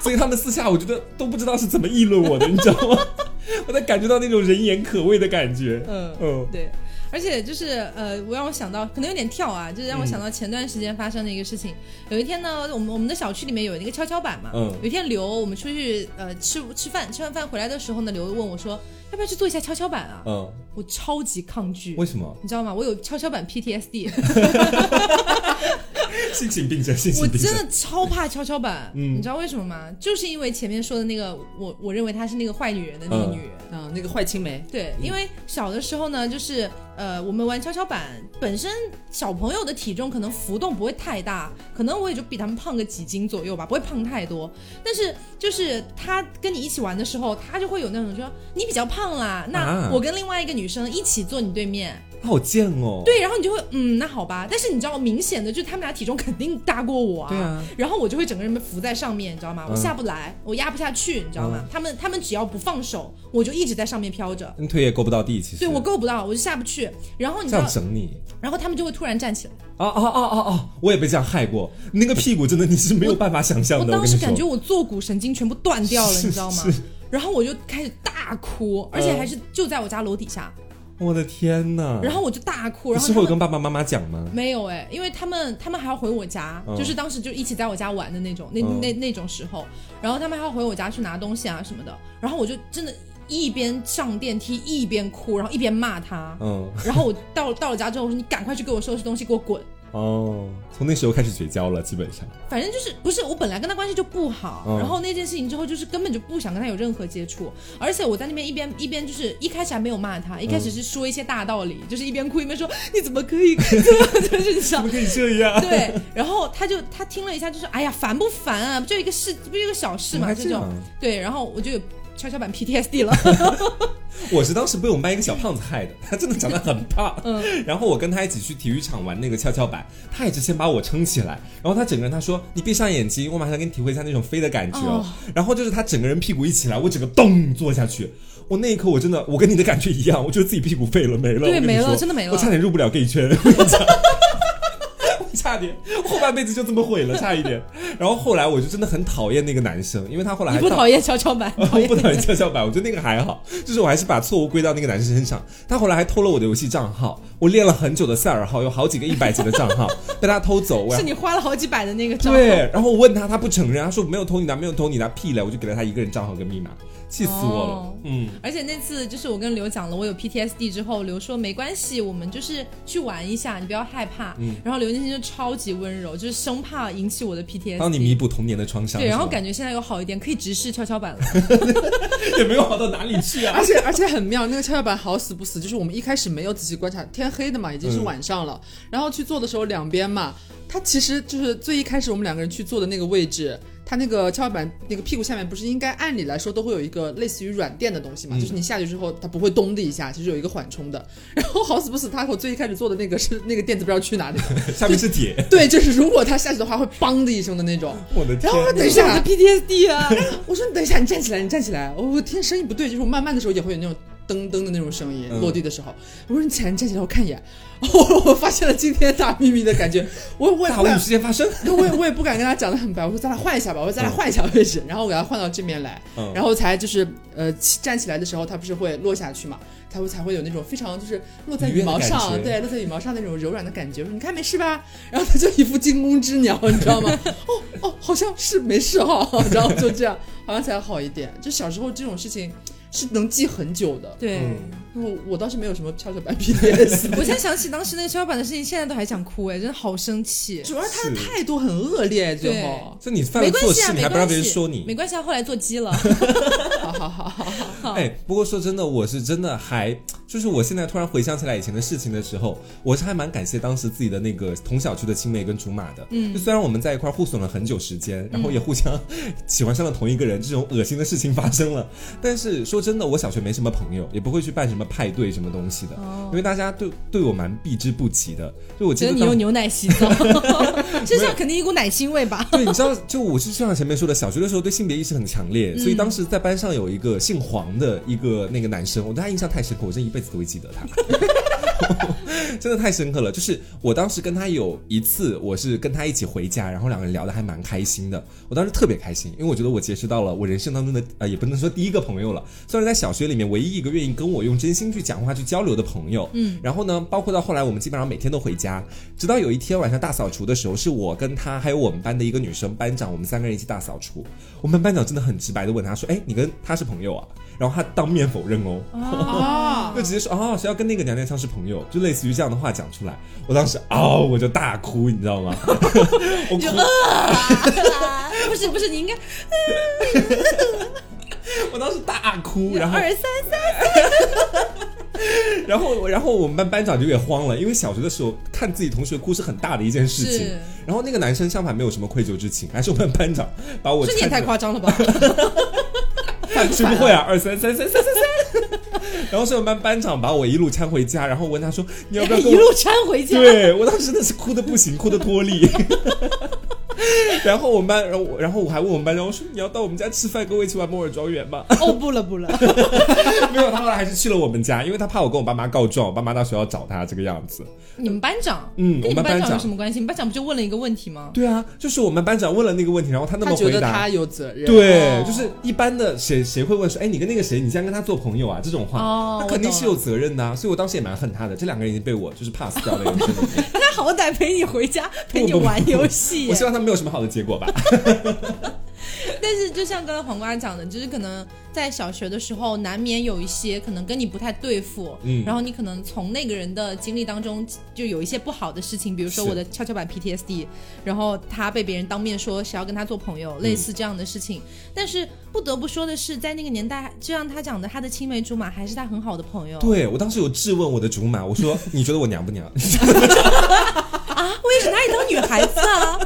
Speaker 2: 所以他们私下我觉得都不知道是怎么议论我的，你知道吗？ 我在感觉到那种人言可畏的感觉。
Speaker 1: 嗯
Speaker 2: 嗯，
Speaker 1: 对，而且就是呃，我让我想到，可能有点跳啊，就是让我想到前段时间发生的一个事情。有一天呢，我们我们的小区里面有那个跷跷板嘛，
Speaker 2: 嗯
Speaker 1: 有一天刘我们出去呃吃吃饭，吃完饭回来的时候呢，刘问我说要不要去做一下跷跷板啊？
Speaker 2: 嗯，
Speaker 1: 我超级抗拒
Speaker 2: 为。什么？
Speaker 1: 你知道吗？我有跷跷板 PTSD，
Speaker 2: 性情病症，性
Speaker 1: 我
Speaker 2: 情病
Speaker 1: 真
Speaker 2: 症。
Speaker 1: 的超怕跷跷板，
Speaker 2: 嗯
Speaker 1: 你知道为什么吗？就是因为前面说的那个，我我认为她是那个坏女人的那个
Speaker 2: 嗯
Speaker 1: 女人，
Speaker 3: 嗯，那个坏青梅，
Speaker 1: 对，因为小的时候呢，就是呃，我们玩跷跷板，本身小朋友的体重可能浮动不会太大，可能我也就比他们胖个几斤左右吧，不会胖太多。但是就是他跟你一起玩的时候，他就会有那种说你比较胖啦，
Speaker 2: 啊
Speaker 1: 那我跟另外一个女生一起坐你对面，
Speaker 2: 好贱哦！
Speaker 1: 对，然后你就会嗯，那好吧。但是你知道，明显的就是他们俩体重肯定大过我啊。
Speaker 2: 对啊。嗯
Speaker 1: 然后我就会整个人被浮在上面，你知道吗？我下不来，我压不下去，你知道吗？他们他们只要不放手，我就一直在上面飘着。
Speaker 2: 你腿也够不到地，其实。
Speaker 1: 对我够不到，我就下不去。然后你知
Speaker 2: 这
Speaker 1: 道
Speaker 2: 样，啊整你。
Speaker 1: 然后他们就会突然站起来。
Speaker 2: 哦哦哦哦哦！我也被这样害过，那个屁股真的你是没有办法想象的。
Speaker 1: 我
Speaker 2: 啊我跟
Speaker 1: 当
Speaker 2: 你
Speaker 1: 时
Speaker 2: 说，
Speaker 1: 感觉我坐骨神经全部断掉了，
Speaker 2: 是
Speaker 1: 你知道吗
Speaker 2: 是？
Speaker 1: 然后我就开始大哭，而且还是就在我家楼底下。
Speaker 2: 我的天呐！
Speaker 1: 然后我就大哭，
Speaker 2: 嗯你
Speaker 1: 然后
Speaker 2: 事
Speaker 1: 他
Speaker 2: 后有
Speaker 1: 们
Speaker 2: 跟爸爸妈妈讲吗？
Speaker 1: 没有哎、因为他们他们还要回我家，
Speaker 2: 嗯
Speaker 1: 就是当时就一起在我家玩的那种，那、
Speaker 2: 嗯
Speaker 1: 那那种时候，然后他们还要回我家去拿东西啊什么的，然后我就真的一边上电梯一边哭，然后一边骂他，
Speaker 2: 嗯，
Speaker 1: 然后我到到了家之后，我说你赶快去给我收拾东西，给我滚。
Speaker 2: 哦，从那时候开始绝交了，基本上。
Speaker 1: 反正就是不是我本来跟他关系就不好，
Speaker 2: 嗯
Speaker 1: 然后那件事情之后就是根本就不想跟他有任何接触，而且我在那边一边一边就是一开始还没有骂他，一开
Speaker 2: 嗯
Speaker 1: 始是说一些大道理，就是一边哭一边说你怎么可以， 就是你知道
Speaker 2: 怎么可以这 样？
Speaker 1: 对，然后他就他听了一下，就是哎呀烦不烦啊？不就一个事，不就一个小事嘛，
Speaker 2: 还
Speaker 1: 这
Speaker 2: 这样
Speaker 1: 种对。然后我就有跷跷板 PTSD 了，
Speaker 2: 我是当时被我们班一个小胖子害的，他真的长得很胖。
Speaker 1: 嗯
Speaker 2: 然后我跟他一起去体育场玩那个跷跷板，他也是先把我撑起来，然后他整个人他说：“你闭上眼睛，我马上给你体会一下那种飞的感觉哦。然后就是他整个人屁股一起来，我整个咚坐下去。我那一刻我真的，我跟你的感觉一样，我觉得自己屁股废了，没了，
Speaker 1: 对
Speaker 2: 我跟你
Speaker 1: 没了
Speaker 2: 说
Speaker 1: 真的没了
Speaker 2: 我差点入不了 gay 圈。 我跟你讲我差点，我后半辈子就这么毁了，差一点。然后后来我就真的很讨厌那个男生，因为他后来
Speaker 1: 你
Speaker 2: 还
Speaker 1: 不
Speaker 2: 到
Speaker 1: 讨厌跷跷板？
Speaker 2: 我
Speaker 1: 讨厌
Speaker 2: 不 讨厌跷跷板，我觉得那个还好，就是我还是把错误归到那个男生身上。他后来还偷了我的游戏账号，我练了很久的赛尔号，有好几个一百级的账 号被他偷走。我
Speaker 1: 是你花了好几百的那个账号，
Speaker 2: 对，然后我问他，他不承认，他说没有偷你的，没有偷你的，屁嘞！我就给了他一个人账号跟密码，气死我了。
Speaker 1: 哦
Speaker 2: 嗯，
Speaker 1: 而且那次就是我跟刘讲了我有
Speaker 2: 嗯
Speaker 1: PTSD 之后，刘说没关系，我们就是去玩一下，你不要害怕。然后刘那天就超级温柔，就是生怕引起我的 PTSD。
Speaker 2: 帮你弥补童年的创伤。
Speaker 1: 哎对，然后
Speaker 2: 是吗
Speaker 1: 感觉现在有好一点，可以直视跷跷 板了。
Speaker 2: 也没有好到哪里去啊
Speaker 3: 而。且而且很妙，那个跷跷板好死不死，就是我们一开始没有仔细观察，天黑的嘛，已经是晚上了。然后去坐的时候，两边嘛，它其实就是最一开始我们两个人去坐的那个位置，它那个跷跷板那个屁股下面不是应该按理来说都会有一个类似于软垫的东西嘛，就是你下去之后它不会咚的一下，其实有一个缓冲的。然后好死不死，他和我最一开始坐的那个是那个垫子不知道去哪里了，
Speaker 2: 下面是铁，
Speaker 3: 对，就是如果他下去的话会梆的一声的那种。
Speaker 2: 我的天
Speaker 3: 然后
Speaker 2: 哪！
Speaker 3: 我等一
Speaker 1: 是我
Speaker 3: 下
Speaker 1: 的 PTSD 啊！
Speaker 3: 我说你等一下，你站起来，你站起来。我我听声音不对，就是我慢慢的时候也会有那种噔噔的那种声音，
Speaker 2: 嗯
Speaker 3: 落地的时候，我说你起来，你站起来，我看一眼。 我我发现了今天大秘密的感觉，我我也
Speaker 2: 大
Speaker 3: 不
Speaker 2: 雾
Speaker 3: 敢
Speaker 2: 事件发生，
Speaker 3: 对，我也我也不敢跟他讲的很白，我说咱俩换一下吧，我说咱俩
Speaker 2: 嗯
Speaker 3: 换一下位置，然后我给他换到这边来，
Speaker 2: 嗯
Speaker 3: 然后才就是呃起站起来的时候，他不是会落下去嘛，他会才会有那种非常就是落在
Speaker 2: 愉悦
Speaker 3: 羽
Speaker 2: 的
Speaker 3: 毛
Speaker 2: 感
Speaker 3: 上，
Speaker 2: 觉
Speaker 3: 对，落在羽毛上那种柔软的感觉，我说你看没事吧？然后他就一副惊弓之鸟，你知道吗？ 哦哦，好像是没事哈、然后就这样，好像才好一点。就小时候这种事情是能记很久的，
Speaker 1: 对，
Speaker 2: 嗯
Speaker 3: 我我倒是没有什么跷跷 板 PDS。
Speaker 1: 我现在想起当时那个跷跷板的事情，现在都还想哭哎，真的好生气。
Speaker 3: 主要是他的
Speaker 2: 是
Speaker 3: 态度很恶劣，最后，
Speaker 2: 就你犯
Speaker 1: 没
Speaker 2: 了
Speaker 1: 关
Speaker 2: 错
Speaker 1: 系啊，
Speaker 2: 事，你
Speaker 1: 没
Speaker 2: 还不让
Speaker 1: 关
Speaker 2: 别人
Speaker 1: 系，
Speaker 2: 说你
Speaker 1: 没。关系啊，后来做鸡 了。
Speaker 3: 好好好好好，
Speaker 2: 哎，不过说真的，我是真的还，就是我现在突然回想起来以前的事情的时候，我是还蛮感谢当时自己的那个同小区的青梅跟竹马的。嗯，就虽然我们在一块儿互损了很久时
Speaker 1: 嗯
Speaker 2: 间，然后也互相喜欢上了同一个人，这种恶心的事情发生了。但是说真的，我小学没什么朋友，也不会去办什么派对什么东西的，因为大家对对我蛮避之不及的。就我记
Speaker 1: 哦觉得
Speaker 2: 得
Speaker 1: 你
Speaker 2: 当
Speaker 1: 用牛奶洗澡， 身上肯定一股奶腥味吧？
Speaker 2: 对，你知道，就我是就像前面说的，小学的时候对性别意识很强烈，所以当时在班上有一个姓黄的一个那个男生，我对他印象太深刻，我真一辈子都会记得他。 真的太深刻了，就是我当时跟他有一次，我是跟他一起回家，然后两个人聊得还蛮开心的。我当时特别开心，因为我觉得我结识到了我人生当中的呃，也不能说第一个朋友了，算是在小学里面唯一一个愿意跟我用真心去讲话、去交流的朋友。嗯，然后呢，包括到后来我们基本上每天都回家，直到有一天晚上大扫除的时候，是我跟他还有我们班的一个女生班长，我们三个人一起大扫除。我们班长真的很直白的问他说：“哎，你跟他是朋友啊？”然后他当面否认哦。
Speaker 3: 啊
Speaker 2: 就直接说哦，谁要跟那个娘娘腔是朋友，就类似于这样的话讲出来。我当时嗷、我就大哭，你知道吗？ 我哭，
Speaker 1: 不是不是，你应该
Speaker 2: 我当时大哭，然后
Speaker 1: 二三
Speaker 2: 然后然后我们班班长就也慌了，因为小学的时候看自己同学哭是很大的一件事情
Speaker 1: 是。
Speaker 2: 然后那个男生相反没有什么愧疚之情，还是我们班长把我
Speaker 1: 这你也
Speaker 2: 搀着
Speaker 1: 太夸张了 吧？
Speaker 2: 学不会啊，二三三三三三 三。然后是我们班班长把我一路搀回家，然后问他说你要不要 跟
Speaker 1: 一
Speaker 2: 我
Speaker 1: 路搀回家，
Speaker 2: 对我当时真的是哭的不行，哭的脱力。然后我们班，然后我然后我还问我们班长，我说你要到我们家吃饭，跟我一起玩摩尔庄园吗？
Speaker 1: 哦不了不了，
Speaker 2: 没有，他后来还是去了我们家，因为他怕我跟我爸妈告状，我爸妈到学校找他这个样子。
Speaker 1: 你们班长，
Speaker 2: 嗯
Speaker 1: 跟
Speaker 2: 我
Speaker 1: 你
Speaker 2: 们
Speaker 1: 班
Speaker 2: 班长
Speaker 1: 有什么关系？你们班长不就问了一个问题吗？
Speaker 2: 对啊，就是我们班长问了那个问题，然后他那
Speaker 3: 他
Speaker 2: 么
Speaker 3: 觉
Speaker 2: 回
Speaker 3: 得
Speaker 2: 答
Speaker 3: 他。有责任，
Speaker 2: 对
Speaker 1: 哦，
Speaker 2: 就是一般的谁谁会问说，哎，你跟那个谁，你现在跟他做朋友啊？这种话，
Speaker 1: 哦
Speaker 2: 他肯定是
Speaker 1: 我懂
Speaker 2: 有责任的、啊，所以我当时也蛮恨他的。这两个人已经被我就是 pass 掉了。
Speaker 1: 他好歹陪你回家，陪你
Speaker 2: 不不不
Speaker 1: 玩游戏
Speaker 2: 我
Speaker 1: 耶。
Speaker 2: 希望他们没有什么好的结果吧。
Speaker 1: 但是就像刚才黄瓜讲的，就是可能在小学的时候，难免有一些可能跟你不太对付，
Speaker 2: 嗯
Speaker 1: 然后你可能从那个人的经历当中就有一些不好的事情，比如说
Speaker 2: 是
Speaker 1: 我的跷跷板 PTSD，然后他被别人当面说谁要跟他做朋友，类似这样的事情。
Speaker 2: 嗯
Speaker 1: 但是不得不说的是，在那个年代，就像他讲的，他的青梅竹马还是他很好的朋友。
Speaker 2: 对我当时有质问我的竹马，我说你觉得我娘不娘？
Speaker 1: 啊，为什么他也当女孩子啊？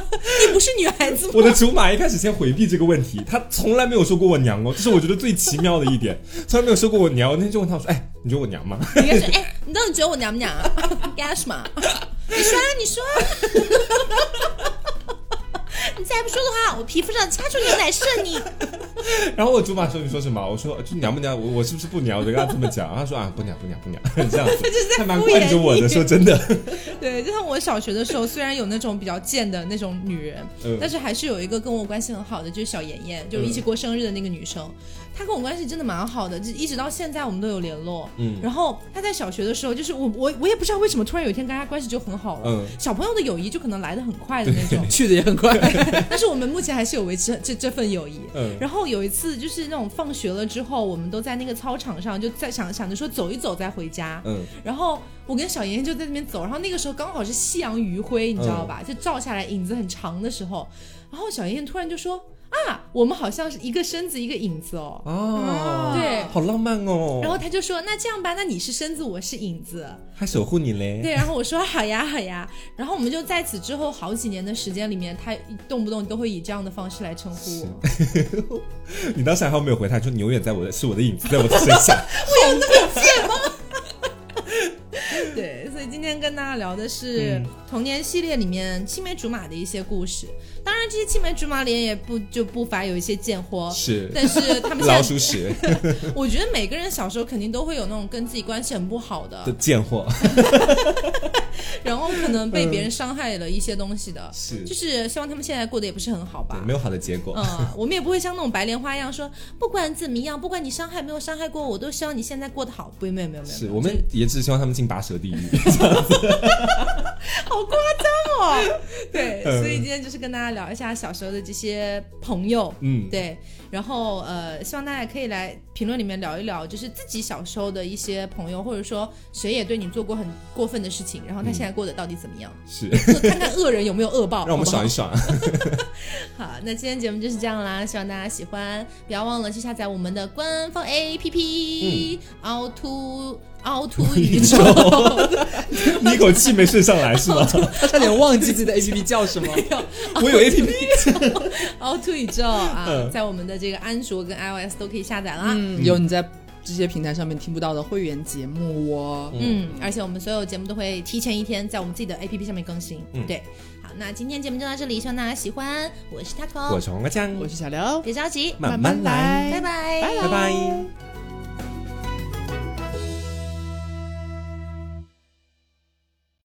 Speaker 1: 你不是女孩子吗？啊
Speaker 2: 我的竹马一开始先回避这个问题，他从来没有说过我娘哦，这是我觉得最奇妙的一点， 从来没有说过我娘。我那天就问他我说，哎，你觉得我娘吗？
Speaker 1: 你应该说，哎，你到底觉得我娘不娘啊？ 干什么？你说啊，你说啊。 你再不说的话，我皮肤上掐出牛奶射你。
Speaker 2: 然后我竹马说你说什么？我说呃就娘不娘，我我是不是不娘？我就跟他这么讲，他说啊不娘不娘不娘， 这样子，还蛮惯着我的。说真的，
Speaker 1: 对，就像我小学的时候，虽然有那种比较贱的那种女人，
Speaker 2: 嗯
Speaker 1: 但是还是有一个跟我关系很好的，就是小妍妍，就是一起过生日的那个女生，她跟我关系真的蛮好的，就一直到现在我们都有联络。
Speaker 2: 嗯
Speaker 1: 然后她在小学的时候，就是我我我也不知道为什么突然有一天跟她关系就很好了。
Speaker 2: 嗯
Speaker 1: 小朋友的友谊就可能来的很快的那种，
Speaker 3: 去的也很快。
Speaker 1: 但是我们目前还是有维持这这份友谊。
Speaker 2: 嗯
Speaker 1: 然后有有一次就是那种放学了之后，我们都在那个操场上，就在想想着说走一走再回家。
Speaker 2: 嗯，
Speaker 1: 然后我跟小妍妍就在那边走，然后那个时候刚好是夕阳余晖，你知道吧？就照下来影子很长的时候，然后小妍妍突然就说：“啊，我们好像是一个身子一个影子哦。”
Speaker 2: 哦，
Speaker 1: 对
Speaker 2: 好浪漫哦。嗯
Speaker 1: 然后他就说：“那这样吧，那你是身子，我是影子。
Speaker 2: 还守护你”嘞。
Speaker 1: 对，然后我说：“好呀，好呀。”然后我们就在此之后好几年的时间里面，他动不动都会以这样的方式来称呼我。
Speaker 2: 你当时还好没有回他，说你永远在我的是我的影子在我的身 上。
Speaker 1: 对，所以今天跟大家聊的是
Speaker 2: 嗯
Speaker 1: 童年系列里面青梅竹马的一些故事。当然，这些青梅竹马里也不就不乏有一些贱货，
Speaker 2: 是
Speaker 1: 但是他们
Speaker 2: 老
Speaker 1: 现
Speaker 2: 鼠屎
Speaker 1: 在，我觉得每个人小时候肯定都会有那种跟自己关系很不好
Speaker 2: 的
Speaker 1: 的，
Speaker 2: 贱货，
Speaker 1: 然后可能被别人伤害了一些东西的，
Speaker 2: 是
Speaker 1: 就是希望他们现在过得也不是很好吧
Speaker 2: 嗯对，。没有好的结果。
Speaker 1: 嗯，我们也不会像那种白莲花一样说，不管怎么样，不管你伤害没有伤害过我，我都希望你现在过得好。不，没有没有没有，
Speaker 2: 是我们也只希望他们进拔舌地 狱。
Speaker 1: 好夸张哦！对，
Speaker 2: 嗯
Speaker 1: 所以今天就是跟大家聊一下小时候的这些朋友，
Speaker 2: 嗯，
Speaker 1: 对，然后呃，希望大家可以来评论里面聊一聊，就是自己小时候的一些朋友，或者说谁也对你做过很过分的事情，然后他现在过得到底怎 么样，
Speaker 2: 是，
Speaker 1: 就看看恶人有没有恶报，
Speaker 2: 让我们
Speaker 1: 好不好
Speaker 2: 爽一 爽。
Speaker 1: 好，那今天节目就是这样啦，希望大家喜欢，不要忘了去下载我们的官方 APP、凹
Speaker 2: 嗯
Speaker 1: 凸凹凸宇宙。
Speaker 2: 你一口气没顺上来是 吗？
Speaker 3: 他差点忘记自己的 A P P 叫什么。
Speaker 2: 我有 A P P，
Speaker 1: 凹凸宇宙啊
Speaker 2: 嗯，
Speaker 1: 在我们的这个安卓跟 iOS 都可以下载啦。
Speaker 3: 嗯，有你在这些平台上面听不到的会员节目哦。
Speaker 1: 嗯，而且我们所有节目都会提前一天在我们自己的 APP 上面更新。
Speaker 2: 嗯
Speaker 1: 对，好，那今天节目就到这里，希望大家喜欢。我是 Taco，
Speaker 2: 我是黄瓜酱，
Speaker 3: 我是小刘，
Speaker 1: 别着急，
Speaker 2: 慢慢来
Speaker 1: 拜拜，
Speaker 2: 拜拜。